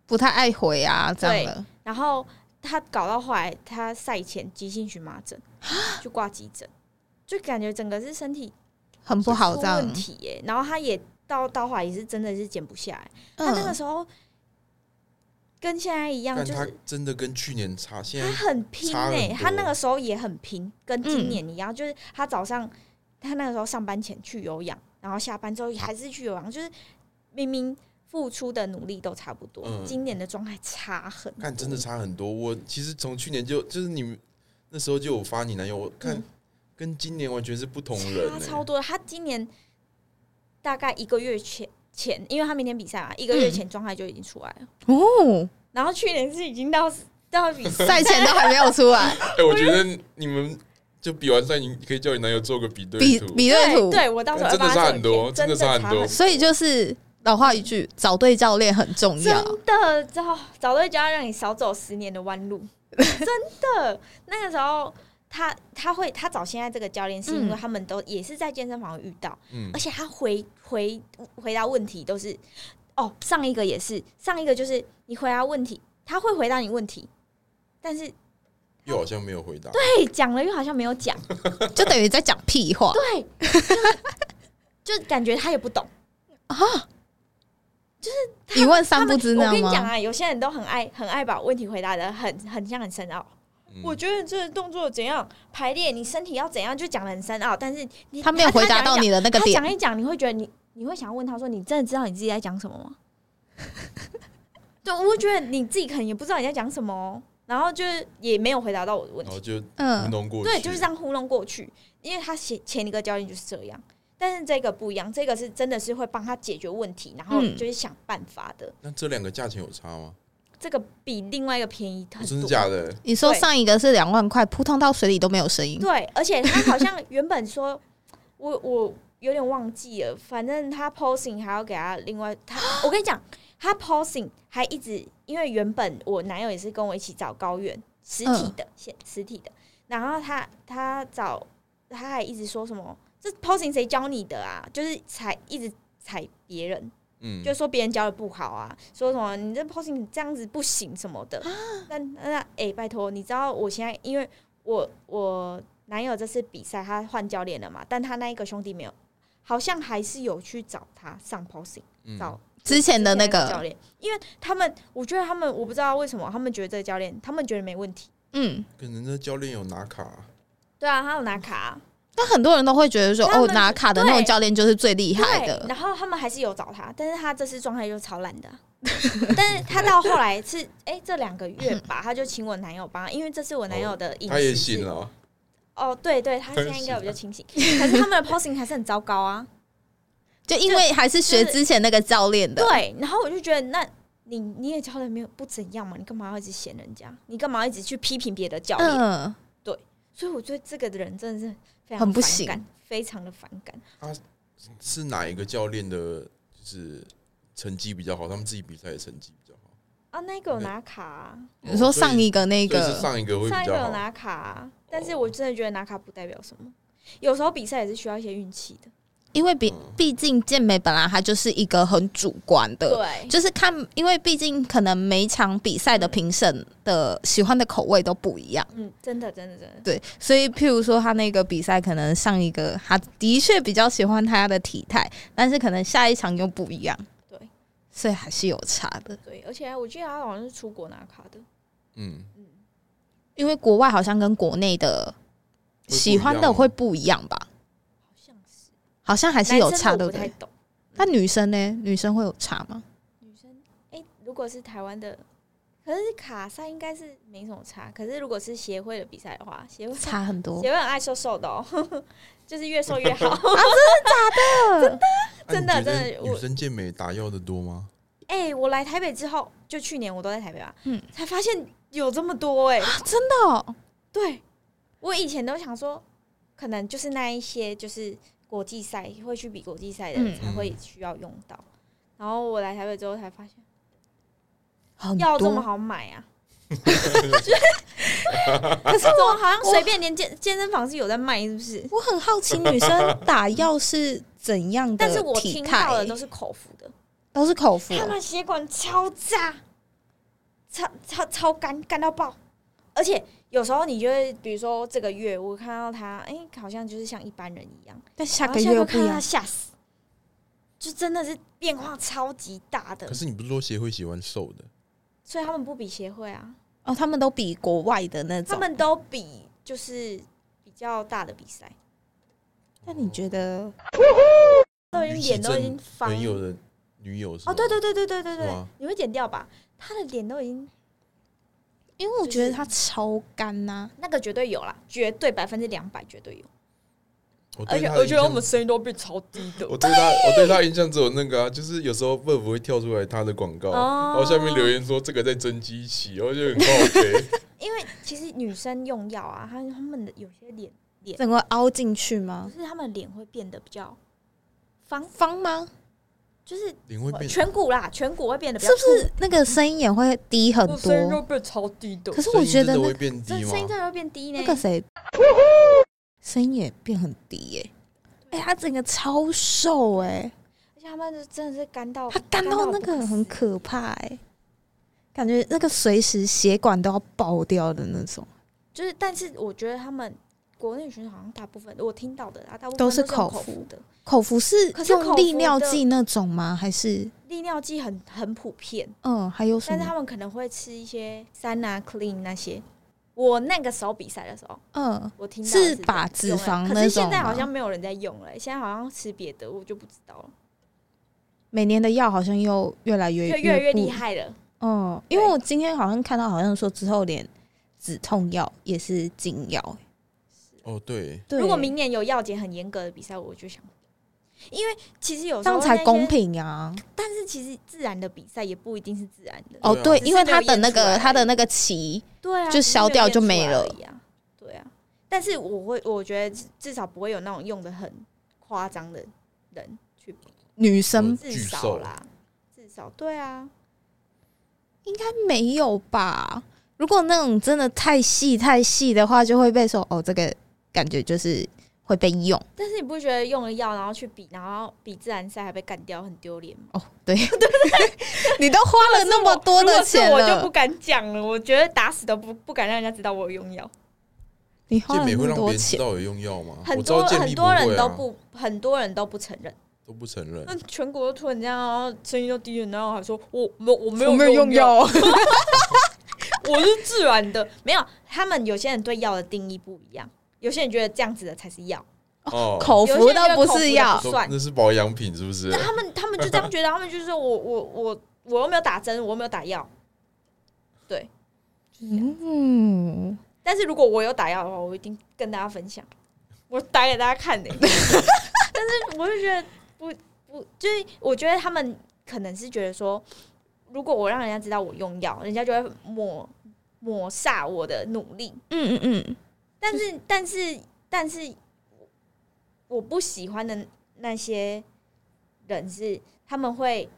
Speaker 1: 不太爱回啊，这样的，
Speaker 3: 然后他搞到后来，他赛前急性荨麻疹
Speaker 1: 啊
Speaker 3: 去挂急诊，就感觉整个是身体
Speaker 1: 很不好
Speaker 3: 出
Speaker 1: 这样。
Speaker 3: 问题耶、然后他也到到后来也是真的是减不下来。他啊那个
Speaker 1: 嗯，
Speaker 3: 时候跟现在一样，
Speaker 2: 但
Speaker 3: 就
Speaker 2: 他
Speaker 3: 是啊
Speaker 2: 真的跟去年差，现
Speaker 3: 他
Speaker 2: 在
Speaker 3: 很拼
Speaker 2: 差很
Speaker 3: 诶、
Speaker 2: 多
Speaker 3: 他那个时候也很拼，跟今年一样，就是他早上他那个时候上班前去有氧，然后下班之后还是去有氧，就是明明付出的努力都差不多，
Speaker 2: 嗯
Speaker 3: 今年的状态差很多
Speaker 2: 看真的差很多。我其实从去年就就是你们那时候就有发你男友，我看、
Speaker 3: 嗯
Speaker 2: 跟今年完全是不同人、
Speaker 3: 差
Speaker 2: 欸，
Speaker 3: 超多。他今年大概一个月前前，因为他明天比赛嘛，一个月前状态就已经出来了。
Speaker 1: 哦，
Speaker 3: 然后去年是已经到 到比赛，
Speaker 1: 赛前都还没有出来，
Speaker 2: 哎、我觉得你们就比完赛，你可以叫你男友做个比对
Speaker 1: 比
Speaker 2: 图，
Speaker 1: 比对
Speaker 3: 对
Speaker 1: 图，
Speaker 3: 对，我到时候
Speaker 2: 真的
Speaker 3: 要帮他
Speaker 2: 差很
Speaker 3: 做影片
Speaker 2: 多真
Speaker 3: 真
Speaker 2: 的差很多
Speaker 1: 所以就是老话一句，找对教练很重要。
Speaker 3: 真的找找对教练，让你少走十年的 弯路。真的，那个时候他他会他找现在这个教练，是因为
Speaker 1: 嗯
Speaker 3: 他们都也是在健身房遇到，
Speaker 2: 嗯
Speaker 3: 而，且他回回回答问题都是哦，上一个也是，上一个就是你回答问题，他会回答你问题，但是
Speaker 2: 又好像没有回答。
Speaker 3: 对讲了又好像没有讲，
Speaker 1: 就等于在讲屁话。
Speaker 3: 对，就是就感觉他也不懂。
Speaker 1: 一问三
Speaker 3: 他
Speaker 1: 不
Speaker 3: 们
Speaker 1: 知
Speaker 3: 我
Speaker 1: 那
Speaker 3: 跟
Speaker 1: 样
Speaker 3: 你讲
Speaker 1: 吗？
Speaker 3: 啊，有些人都很爱很爱把问题回答的很很像很深奥。
Speaker 2: 嗯
Speaker 3: 我觉得这个动作怎样排列，你身体要怎样，就讲的很深奥。但是你
Speaker 1: 他没有回答到你的那
Speaker 3: 他
Speaker 1: 个
Speaker 3: 讲一
Speaker 1: 点
Speaker 3: 讲，他讲一讲，你会觉得你你会想要问他说，你真的知道你自己在讲什么吗？ 对，我会觉得你自己可能也不知道你在讲什么哦，然后就是也没有回答到我的问
Speaker 2: 然
Speaker 3: 题
Speaker 2: 后，就糊
Speaker 1: 嗯，
Speaker 2: 弄哦过去，
Speaker 3: 对，就是这样糊弄过去。因为他前前一个教练就是这样，但是这个不一样，这个是真的是会帮他解决问题，然后
Speaker 1: 嗯
Speaker 3: 就是想办法的。
Speaker 2: 那这两个价钱有差吗？哦
Speaker 3: 这个比另外一个便宜很多，
Speaker 2: 真的假的？
Speaker 1: 你说
Speaker 3: 对
Speaker 1: 上一个是两万块，扑通到水里都没有声音。
Speaker 3: 对，而且他好像原本说， 我我有点忘记了，反正他 posing 还要给他另外他，我跟你讲，他 posing 还一直，因为原本我男友也是跟我一起找高原实体的，现、实体的，然后他他找他还一直说什么，这 posing 谁教你的啊？就是踩一直踩别人，
Speaker 2: 嗯，
Speaker 3: 就说别人教的不好啊，说什么你这 posing 这样子不行什么的。那那哎、诶拜托，你知道我现在因为我我男友这次比赛他换教练了嘛，但他那一个兄弟没有，好像还是有去找他上 posing
Speaker 2: 嗯
Speaker 3: 找
Speaker 1: 之前的那
Speaker 3: 之前教
Speaker 1: 个，
Speaker 3: 练，因为他们我觉得他们我不知道为什么他们觉得这个教练他们觉得没问题，
Speaker 1: 嗯，
Speaker 2: 可能那教练有拿卡啊，
Speaker 3: 对啊，他有拿卡啊、
Speaker 1: 但很多人都会觉得说，
Speaker 3: 他
Speaker 1: 哦，
Speaker 3: 们
Speaker 1: 拿卡的那种
Speaker 3: 对
Speaker 1: 教练就是最厉害
Speaker 3: 对，
Speaker 1: 的。
Speaker 3: 然后他们还是有找他，但是他这次状态就超烂 的啊。但是他到后来是，哎、这两个月吧，他就请我男友帮他，因为这是我男友的饮食、
Speaker 2: 他也醒。了啊，
Speaker 3: 哦，对对，他现在应该有比较清醒，可是他们的 posing 还是很糟糕啊。
Speaker 1: 就因为还是学之前那个教练的，
Speaker 3: 对，然后我就觉得，那你你也教的没有不怎样嘛，你干嘛要一直嫌人家？你干嘛要一直去批评别的教练？
Speaker 1: 嗯，
Speaker 3: 所以我对这个人真的是非常
Speaker 1: 很不
Speaker 3: 反
Speaker 1: 行
Speaker 3: 感，非常的反感。
Speaker 2: 是哪一个教练的，就是成绩比较好？他们自己比赛的成绩比较好。
Speaker 3: 啊，那个有拿卡啊、
Speaker 1: 你说
Speaker 2: 哦所以
Speaker 1: 上一个那
Speaker 2: 所以是
Speaker 1: 个，
Speaker 2: 上一个会
Speaker 3: 上
Speaker 2: 比
Speaker 3: 一个
Speaker 2: 较
Speaker 3: 有
Speaker 2: 好，
Speaker 3: 拿卡、啊，但是我真的觉得拿卡不代表什么。有时候比赛也是需要一些运气的，
Speaker 1: 因为毕
Speaker 2: 嗯
Speaker 1: 毕竟健美本来它就是一个很主观的，
Speaker 3: 对
Speaker 1: 就是看，因为毕竟可能每一场比赛的评审的喜欢的口味都不一样，
Speaker 3: 嗯，真的，真的，真的，
Speaker 1: 对，所以譬如说他那个比赛，可能上一个他的确比较喜欢他的体态，但是可能下一场又不一样，
Speaker 3: 对，
Speaker 1: 所以还是有差的。
Speaker 3: 对。而且我记得他好像是出国拿卡的，
Speaker 2: 嗯，
Speaker 3: 嗯，
Speaker 1: 因为国外好像跟国内的
Speaker 2: 不一样哦
Speaker 1: 喜欢的会不一样吧，
Speaker 3: 好像是。
Speaker 1: 好像还是有差，
Speaker 3: 男生
Speaker 1: 对
Speaker 3: 的
Speaker 1: 不
Speaker 3: 我不太
Speaker 1: 对？
Speaker 3: 懂，
Speaker 1: 那女生呢？女生会有差吗？
Speaker 3: 女生，哎、如果是台湾的，可是卡赛应该是没什么差。可是如果是协会的比赛的话，协会
Speaker 1: 差很多
Speaker 3: 协。会很爱瘦瘦的哦， 就是越瘦 越好。
Speaker 2: 啊你
Speaker 1: 嗯
Speaker 3: 真的
Speaker 2: 觉得
Speaker 3: 真的我
Speaker 2: 女生健美打药的多吗？
Speaker 3: 哎、我来台北之后，就去年我都在台北吧，
Speaker 1: 嗯
Speaker 3: 才发现有这么多 哎、
Speaker 1: 真的哦、
Speaker 3: 对，我以前都想说，可能就是那一些就是国际赛会去比国际赛的人
Speaker 1: 嗯
Speaker 3: 才会需要用到。然后我来台北之后才发现，
Speaker 1: 很
Speaker 3: 药这么
Speaker 1: 多。
Speaker 3: 好买 啊！可是我好像随便连健健身房是有在卖，是不是？
Speaker 1: 我很好奇女生打药是怎样的
Speaker 3: 但是我
Speaker 1: 体
Speaker 3: 听到的
Speaker 1: 态
Speaker 3: 都是口服的，
Speaker 1: 都是口服哦、
Speaker 3: 他们血管超炸，超超超干干到爆，而且有时候你就会，比如说这个月我看到他，哎、好像就是像一般人一样。
Speaker 1: 但下
Speaker 3: 然
Speaker 1: 个
Speaker 3: 后
Speaker 1: 月
Speaker 3: 哦下
Speaker 1: 又不
Speaker 3: 个看
Speaker 1: 一
Speaker 3: 到
Speaker 1: 样
Speaker 3: 他。吓死，就真的是变化超级大的
Speaker 2: 可，是你不是说协会喜欢瘦的？
Speaker 3: 所以他们不比协会啊，
Speaker 1: 哦，他们都比国外的那种。
Speaker 3: 他们都比就是比较大的比赛，
Speaker 1: 那你觉得
Speaker 3: 都已经
Speaker 2: 于其
Speaker 3: 脸都已
Speaker 2: 嗯正
Speaker 3: 经方
Speaker 2: 朋友的女友是吗
Speaker 3: 哦，对对对对对对
Speaker 2: 是
Speaker 3: 对
Speaker 2: 吗，
Speaker 3: 你会剪掉吧？他的脸都已经
Speaker 1: 因为我觉得它超干呐、
Speaker 3: 那个绝对有啦，绝对百分之两百绝对有，
Speaker 2: 我对她的印象
Speaker 3: 声音都变超低的
Speaker 2: 我对 他，我对他印象只有那个啊，就是有时候 v e 会跳出来他的广告，然
Speaker 3: 哦
Speaker 2: 后下面留言说这个在增肌期，然后就很 好悲。
Speaker 3: 因为其实女生用药啊，她她们的有些脸
Speaker 1: 整个凹进去
Speaker 3: 不
Speaker 1: 吗？
Speaker 3: 是她们脸会变得比较方，
Speaker 1: 方吗？
Speaker 3: 就是
Speaker 2: 零会变
Speaker 3: 颧骨啦，颧骨会变得比
Speaker 1: 是
Speaker 3: 较哦
Speaker 1: 不是那个声音也会低很多？
Speaker 3: 变超低的
Speaker 1: 可是
Speaker 2: 声
Speaker 1: 我
Speaker 2: 音
Speaker 1: 觉
Speaker 2: 真
Speaker 1: 得
Speaker 2: 的
Speaker 1: 那
Speaker 2: 会变
Speaker 3: 这
Speaker 2: 低吗
Speaker 3: 声？音真的会变低呢
Speaker 1: 那。个谁，声音也变很低耶、哎、他整个超瘦哎、
Speaker 3: 而且他们是真的是干到
Speaker 1: 他干到那个很可怕哎、感觉那个随时血管都要爆掉的那种。
Speaker 3: 就是，但是我觉得他们国内选手好像大部分我听到的啊，大部分
Speaker 1: 都是
Speaker 3: 是用
Speaker 1: 口服
Speaker 3: 服的，
Speaker 1: 口服是
Speaker 3: 可是口服
Speaker 1: 用
Speaker 3: 的
Speaker 1: 利尿剂那种吗？还是
Speaker 3: 利尿剂很很普遍，
Speaker 1: 嗯，还有什
Speaker 3: 但是
Speaker 1: 么？
Speaker 3: 他们可能会吃一些三啊、clean 那些。我那个时候比赛的时候，
Speaker 1: 嗯，
Speaker 3: 我听到的
Speaker 1: 是
Speaker 3: 这
Speaker 1: 把
Speaker 3: 种
Speaker 1: 脂
Speaker 3: 用
Speaker 1: 肪
Speaker 3: 来
Speaker 1: 那种吗。
Speaker 3: 可是现在好像没有人在用了、现在好像吃别的，我就不知道了，
Speaker 1: 每年的药好像又越来越
Speaker 3: 就越来越
Speaker 1: 不
Speaker 3: 厉害了。
Speaker 1: 嗯，因为我今天好像看到，好像说之后连止痛药也是禁药。
Speaker 2: 哦，对，
Speaker 1: 对，
Speaker 3: 如果明年有药检很严格的比赛，我就想，因为其实有时
Speaker 1: 这
Speaker 3: 候
Speaker 1: 样才
Speaker 3: 那些
Speaker 1: 公，平啊！
Speaker 3: 但是其实自然的比赛也不一定是自然的。
Speaker 1: 哦，对，
Speaker 2: 对啊
Speaker 3: 只是
Speaker 1: 因为
Speaker 3: 没有
Speaker 1: 他的那
Speaker 3: 验出
Speaker 1: 个
Speaker 3: 来
Speaker 1: 他的那个期，
Speaker 3: 对啊，
Speaker 1: 就
Speaker 3: 只是
Speaker 1: 消掉
Speaker 3: 有验
Speaker 1: 就
Speaker 3: 出
Speaker 1: 没
Speaker 3: 来
Speaker 1: 了
Speaker 3: 而已啊。对啊，但是我会，我觉得至至少不会有那种用的很夸张的人去比，
Speaker 1: 女生
Speaker 2: 嗯
Speaker 3: 至
Speaker 2: 巨
Speaker 3: 少
Speaker 2: 兽
Speaker 3: 啦，至少对啊，
Speaker 1: 应该没有吧？如果那种真的太细太细的话，就会被说哦，这个感觉就是会被用
Speaker 3: 但是你不觉得用了药然后去比，然后比自然赛还被干掉，很丢脸吗？
Speaker 1: 哦。 对对对，你都花了那么多
Speaker 3: 如
Speaker 1: 的
Speaker 3: 果是
Speaker 1: 钱
Speaker 3: 我就不
Speaker 1: 了，
Speaker 3: 敢讲了。我觉得打死都不不敢让人家知道我有用药。
Speaker 1: 你花
Speaker 2: 健
Speaker 1: 了
Speaker 2: 美
Speaker 1: 那
Speaker 2: 会
Speaker 1: 么
Speaker 2: 让别
Speaker 1: 多
Speaker 2: 人知
Speaker 1: 钱，
Speaker 2: 道有用药吗？
Speaker 3: 很
Speaker 2: 我知
Speaker 3: 多
Speaker 2: 道健
Speaker 3: 很
Speaker 2: 力
Speaker 3: 多
Speaker 2: 会啊
Speaker 3: 人都不，很多人都不承认。
Speaker 2: 都不承认
Speaker 3: 那，全国都突然这样，然后声音就低了，然后还说我没我没有
Speaker 1: 我没有用
Speaker 3: 药，
Speaker 1: 药，
Speaker 3: 我是自然的。没有，他们有些人对药的定义不一样，有些人觉得这样子的才是药，
Speaker 2: 哦，
Speaker 1: 口
Speaker 3: 有
Speaker 1: 服
Speaker 3: 些人
Speaker 1: 都
Speaker 3: 口
Speaker 1: 不
Speaker 3: 服的
Speaker 1: 是药
Speaker 3: 不，
Speaker 2: 都
Speaker 3: 算
Speaker 2: 那是保养品是不是
Speaker 3: 那？他们他们就这样觉得，他们就是说我我我我又没有打针，我又没有打药。
Speaker 1: 嗯，
Speaker 3: 但是如果我有打药的话，我一定跟大家分享，我打给大家 看的、但是我就觉得不不，就是我觉得他们可能是觉得说，如果我让人家知道我用药，人家就会抹抹煞我的努力。
Speaker 1: 嗯嗯嗯，
Speaker 3: 但是但是但是，我不喜欢的那些人是他们会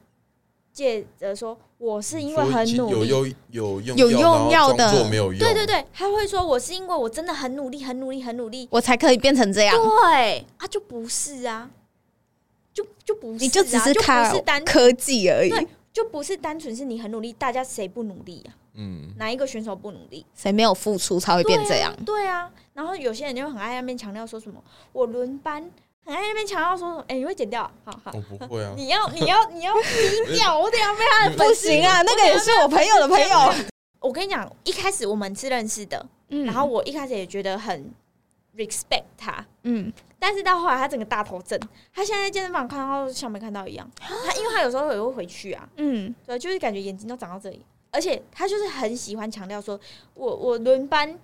Speaker 3: 借着说我是因为
Speaker 2: 说
Speaker 3: 很
Speaker 2: 其
Speaker 3: 努
Speaker 2: 有
Speaker 3: 力，
Speaker 2: 用有用
Speaker 1: 有
Speaker 2: 然后
Speaker 1: 用药的
Speaker 2: 装作没有用，
Speaker 3: 对对对，他会说我是因为我真的很努力，很努力，很努力。
Speaker 1: 我才可以变成这样。
Speaker 3: 对啊，就不是啊，就就不是、啊，
Speaker 1: 你就只
Speaker 3: 是
Speaker 1: 靠
Speaker 3: 不单
Speaker 1: 科技而已，
Speaker 3: 对就不是单纯是你很努力，大家谁不努力呀、
Speaker 2: 嗯，
Speaker 3: 哪一个选手不努力？
Speaker 1: 谁没有付出才会变这样？
Speaker 3: 对啊，然后有些人就很爱在那边强调说什么我轮班，很爱在那边强调说什么，哎、你会剪掉啊，好好。
Speaker 2: 我不会 啊，
Speaker 3: 你要你要你要低调，我等一下被他。
Speaker 2: 你
Speaker 1: 不行啊，那个也是我朋友的朋友。
Speaker 3: 我跟你讲，一开始我们是认识的，
Speaker 1: 嗯
Speaker 3: 然后我一开始也觉得很 respect 他，
Speaker 1: 嗯，
Speaker 3: 但是到后来他整个大头症，他现在在健身房看到像没看到一样。他因为他有时候也会回去啊，
Speaker 1: 嗯，
Speaker 3: 对，就是感觉眼睛都长到这里，而且他就是很喜欢强调说，我我轮班，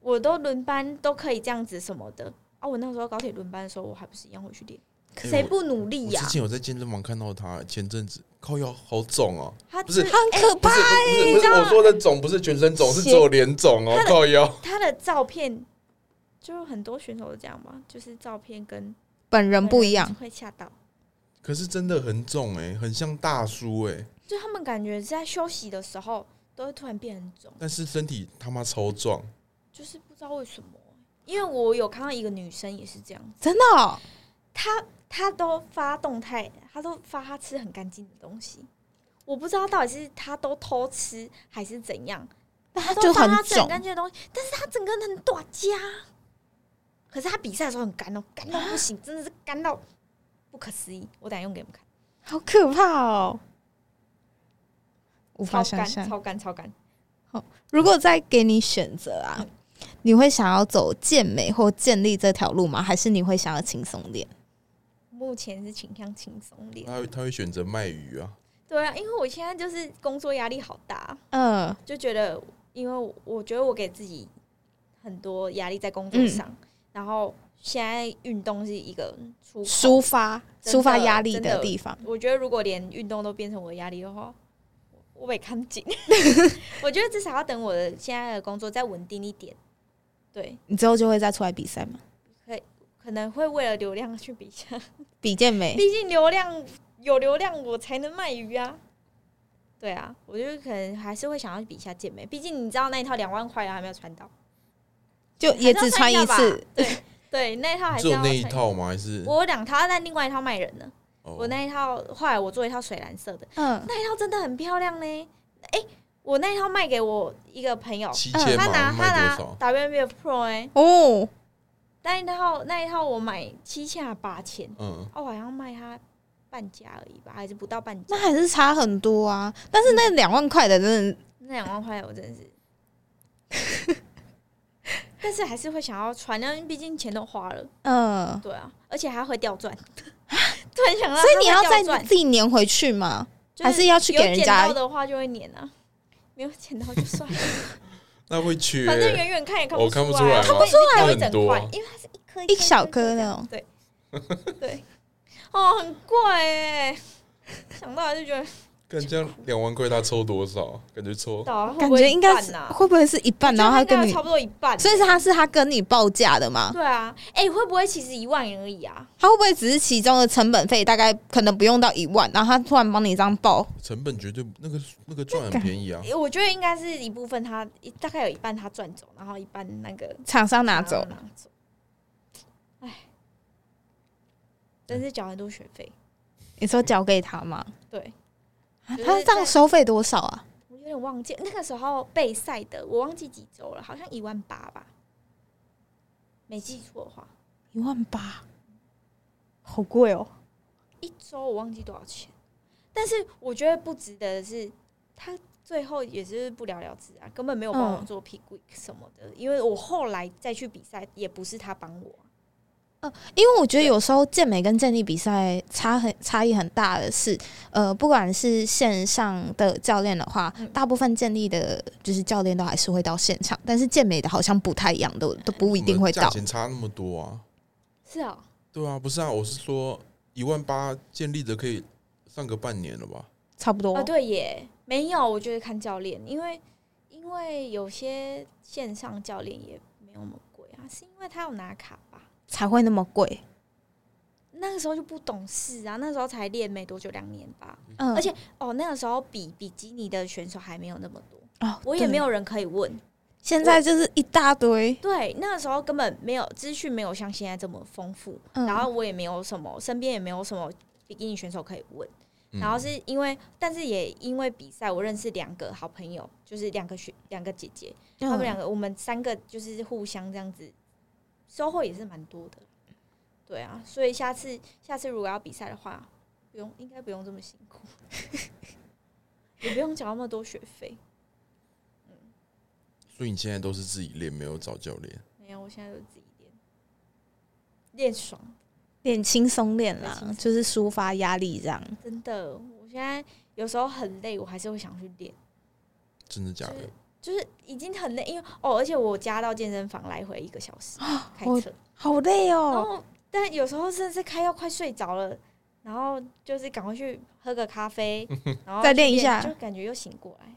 Speaker 3: 我都轮班都可以这样子什么的啊。我那时候高铁轮班的时候，我还不是一样回去练？
Speaker 2: 哎
Speaker 3: 谁
Speaker 2: 我
Speaker 3: 不努力
Speaker 2: 我
Speaker 3: 呀、
Speaker 2: 之前有在健身房看到他，前阵子靠腰好肿哦，
Speaker 3: 他
Speaker 2: 不是
Speaker 3: 就是
Speaker 1: 很可怕
Speaker 2: 不
Speaker 1: 欸
Speaker 2: 是。不是不
Speaker 3: 你知
Speaker 2: 是，
Speaker 3: 道
Speaker 2: 我说的肿不是全身肿，是只有脸肿哦
Speaker 3: 他，的
Speaker 2: 靠腰。
Speaker 3: 他的照片，就很多选手都这样吧，就是照片跟
Speaker 1: 本人不一样，
Speaker 3: 会吓到。
Speaker 2: 可是真的很肿哎，很像大叔哎，
Speaker 3: 就他们感觉在休息的时候都会突然变很肿，
Speaker 2: 但是身体他妈超壮，
Speaker 3: 就是不知道为什么。因为我有看到一个女生也是这样子，
Speaker 1: 真的哦、
Speaker 3: 她她都发动态，她都发她吃很干净的东西，我不知道到底是她都偷吃还是怎样，她
Speaker 1: 就
Speaker 3: 都发
Speaker 1: 很
Speaker 3: 她吃很
Speaker 1: 肿
Speaker 3: 干净的东西，但是她整个人很大家，可是她比赛的时候很干哦，干到不行，真的是干到不可思议。我等一下用给你们看。
Speaker 1: 好可怕哦、无
Speaker 3: 超
Speaker 1: 法想
Speaker 3: 干，
Speaker 1: 象。
Speaker 3: 超干，超干。
Speaker 1: 如果再给你选择
Speaker 3: 嗯
Speaker 1: 啊，你会想要走健美或健力这条路吗？还是你会想要轻松点？
Speaker 3: 目前是倾向轻松练，
Speaker 2: 他会他会选择卖鱼啊，
Speaker 3: 对啊，因为我现在就是工作压力好大，
Speaker 1: 嗯、
Speaker 3: 就觉得，因为我我觉得我给自己很多压力在工作上，然后现在运动是一个出口
Speaker 1: 抒发
Speaker 3: 真的
Speaker 1: 抒发压力
Speaker 3: 真的
Speaker 1: 的地方。
Speaker 3: 我觉得如果连运动都变成我的压力的话，我我被看紧。我觉得至少要等我的现在的工作再稳定一点，对，
Speaker 1: 你之后就会再出来比赛吗？
Speaker 3: 可能会为了流量去比赛。
Speaker 1: 比健美
Speaker 3: 毕竟流量有流量我才能卖鱼啊。对啊，我就是可能还是会想要比一下健美，毕竟你知道那一套两万块啊还没有穿到，
Speaker 1: 就也只穿一
Speaker 3: 还是要
Speaker 1: 次
Speaker 3: 吧。对 对，那一套还
Speaker 2: 只
Speaker 3: 是
Speaker 2: 有
Speaker 3: 要
Speaker 2: 那一
Speaker 3: 穿
Speaker 2: 套吗？还是
Speaker 3: 我有两套，但另外一套卖人了。
Speaker 2: 哦
Speaker 3: 我那一套后来我做一套水蓝色的，
Speaker 1: 嗯，
Speaker 3: 那一套真的很漂亮呢。哎、我那一套卖给我一个朋友，
Speaker 2: 七千
Speaker 3: 嗯他
Speaker 2: 嘛，
Speaker 3: 拿他
Speaker 2: 卖
Speaker 3: 拿
Speaker 2: 多少？
Speaker 3: WMF Pro 哎、
Speaker 1: 哦，
Speaker 3: 那一套那一套我买七千还八千，
Speaker 2: 嗯，
Speaker 3: 哦，我好像卖他半价而已吧，还是不到半价
Speaker 1: 那。还是差很多啊。但是那两万块的真的，
Speaker 3: 那两万块我真的是， 但是还是会想要穿，因为毕竟钱都花了，
Speaker 1: 嗯，
Speaker 3: 对啊，而且还会掉钻。 突然想到它会掉
Speaker 1: 所
Speaker 3: 钻，
Speaker 1: 以你要再自己粘回去吗？
Speaker 3: 就
Speaker 1: 还是要去给人
Speaker 3: 有捡
Speaker 1: 家
Speaker 3: 到的话就会撵啊，没有捡到就算了，
Speaker 2: 那会缺
Speaker 3: 反正远远看也看
Speaker 2: 我看
Speaker 3: 看
Speaker 2: 不
Speaker 3: 出
Speaker 2: 出来
Speaker 3: 啊
Speaker 2: 吗
Speaker 3: 它不出
Speaker 2: 那
Speaker 3: 来一
Speaker 2: 很
Speaker 3: 整
Speaker 2: 多啊
Speaker 3: 块，因为它是一颗
Speaker 1: 一小颗
Speaker 3: 颗
Speaker 1: 那
Speaker 3: 的，
Speaker 1: 种
Speaker 3: 对对，哦，很贵哎，想到就觉得
Speaker 2: 干这样两万块他抽多少？感觉抽
Speaker 3: 倒啊，
Speaker 1: 感觉应该是
Speaker 3: 呐，
Speaker 1: 会不会是一半？然后他
Speaker 3: 就应该
Speaker 1: 跟你
Speaker 3: 有，差不多一半，
Speaker 1: 所以是他是他跟你报价的吗？
Speaker 3: 对啊，哎，会不会其实一万元而已啊？
Speaker 1: 他会不会只是其中的成本费大概可能不用到一万，然后他突然帮你这样报？
Speaker 2: 成本绝对那个那个赚很便宜啊，
Speaker 3: 诶我觉得应该是一部分他大概有一半他赚走，然后一半那个
Speaker 1: 厂商拿走，
Speaker 3: 啊拿走。哎，真是缴很多学费。
Speaker 1: 你说交给他吗？
Speaker 3: 对，
Speaker 1: 啊
Speaker 3: 就是
Speaker 1: 他这样
Speaker 3: 在
Speaker 1: 收费多少啊？
Speaker 3: 我有点忘记那个时候备赛的，我忘记几周了，好像一万八吧，没记错的话，
Speaker 1: 一万八，好贵哦！
Speaker 3: 一周我忘记多少钱。但是我觉得不值得的是，他最后也是不了了之啊，根本没有帮我
Speaker 1: 嗯
Speaker 3: 做 pick week 什么的，因为我后来再去比赛也不是他帮我啊、
Speaker 1: 因为我觉得有时候健美跟健力比赛差很差异很大的是，呃，不管是线上的教练的话，
Speaker 3: 嗯
Speaker 1: 大部分健力的就是教练都还是会到现场，但是健美的好像不太一样，都都不一定会
Speaker 2: 价
Speaker 1: 到。
Speaker 2: 钱差那么多啊。
Speaker 3: 是
Speaker 1: 哦
Speaker 3: 啊、
Speaker 2: 对啊，不是啊，我是说一万八建立的可以上个半年了吧？
Speaker 1: 差不多
Speaker 3: 啊，对耶，没有，我就是看教练，因为因为有些线上教练也没有那么贵啊，是因为他有拿卡吧？
Speaker 1: 才会那么贵。
Speaker 3: 那个时候就不懂事啊，那时候才练没多久，两年吧。
Speaker 1: 嗯
Speaker 3: 而且哦，那个时候比比基尼的选手还没有那么多，
Speaker 1: 哦
Speaker 3: 我也
Speaker 1: 对
Speaker 3: 没有人可以问。
Speaker 1: 现在就是一大堆，
Speaker 3: 对，那个时候根本没有资讯，没有像现在这么丰富，
Speaker 1: 嗯
Speaker 3: 然后我也没有什么，身边也没有什么比基尼选手可以问。
Speaker 2: 嗯
Speaker 3: 然后是因为，但是也因为比赛，我认识两个好朋友，就是两个学两个姐姐，
Speaker 1: 他
Speaker 3: 他们两个，我们三个就是互相这样子，收获也是蛮多的。对啊，所以下次下次如果要比赛的话，不用应该不用这么辛苦， 也不用缴那么多学费。
Speaker 2: 所以你现在都是自己练，没有找教练。
Speaker 3: 没有，我现在都自己练，练爽，
Speaker 1: 练轻松练
Speaker 3: 对
Speaker 1: 啦
Speaker 3: 轻，松
Speaker 1: 就是抒发压力这样。
Speaker 3: 真的。我现在有时候很累，我还是会想去练，
Speaker 2: 真的假的？
Speaker 3: 就是已经很累，因为哦，而且我家到健身房来回一个小时开
Speaker 1: 我
Speaker 3: 车，
Speaker 1: 哦好累
Speaker 3: 然
Speaker 1: 哦，
Speaker 3: 后，但有时候甚至开到快睡着了，然后就是赶快去喝个咖啡，然后
Speaker 1: 再
Speaker 3: 去
Speaker 1: 练一下
Speaker 3: 就感觉又醒过来，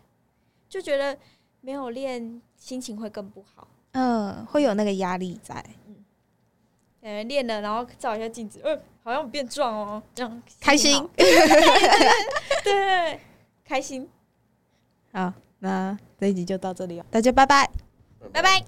Speaker 3: 就觉得没有练心情会更不好。
Speaker 1: 嗯，会有那个压力在，
Speaker 3: 感觉哎练了，然后照一下镜子，嗯，好像我变壮哦，这样
Speaker 1: 开
Speaker 3: 心
Speaker 1: 心
Speaker 3: 情 好。对对对，开心，
Speaker 1: 哦好，那这一集就到这里了，大家拜拜。
Speaker 3: 拜拜。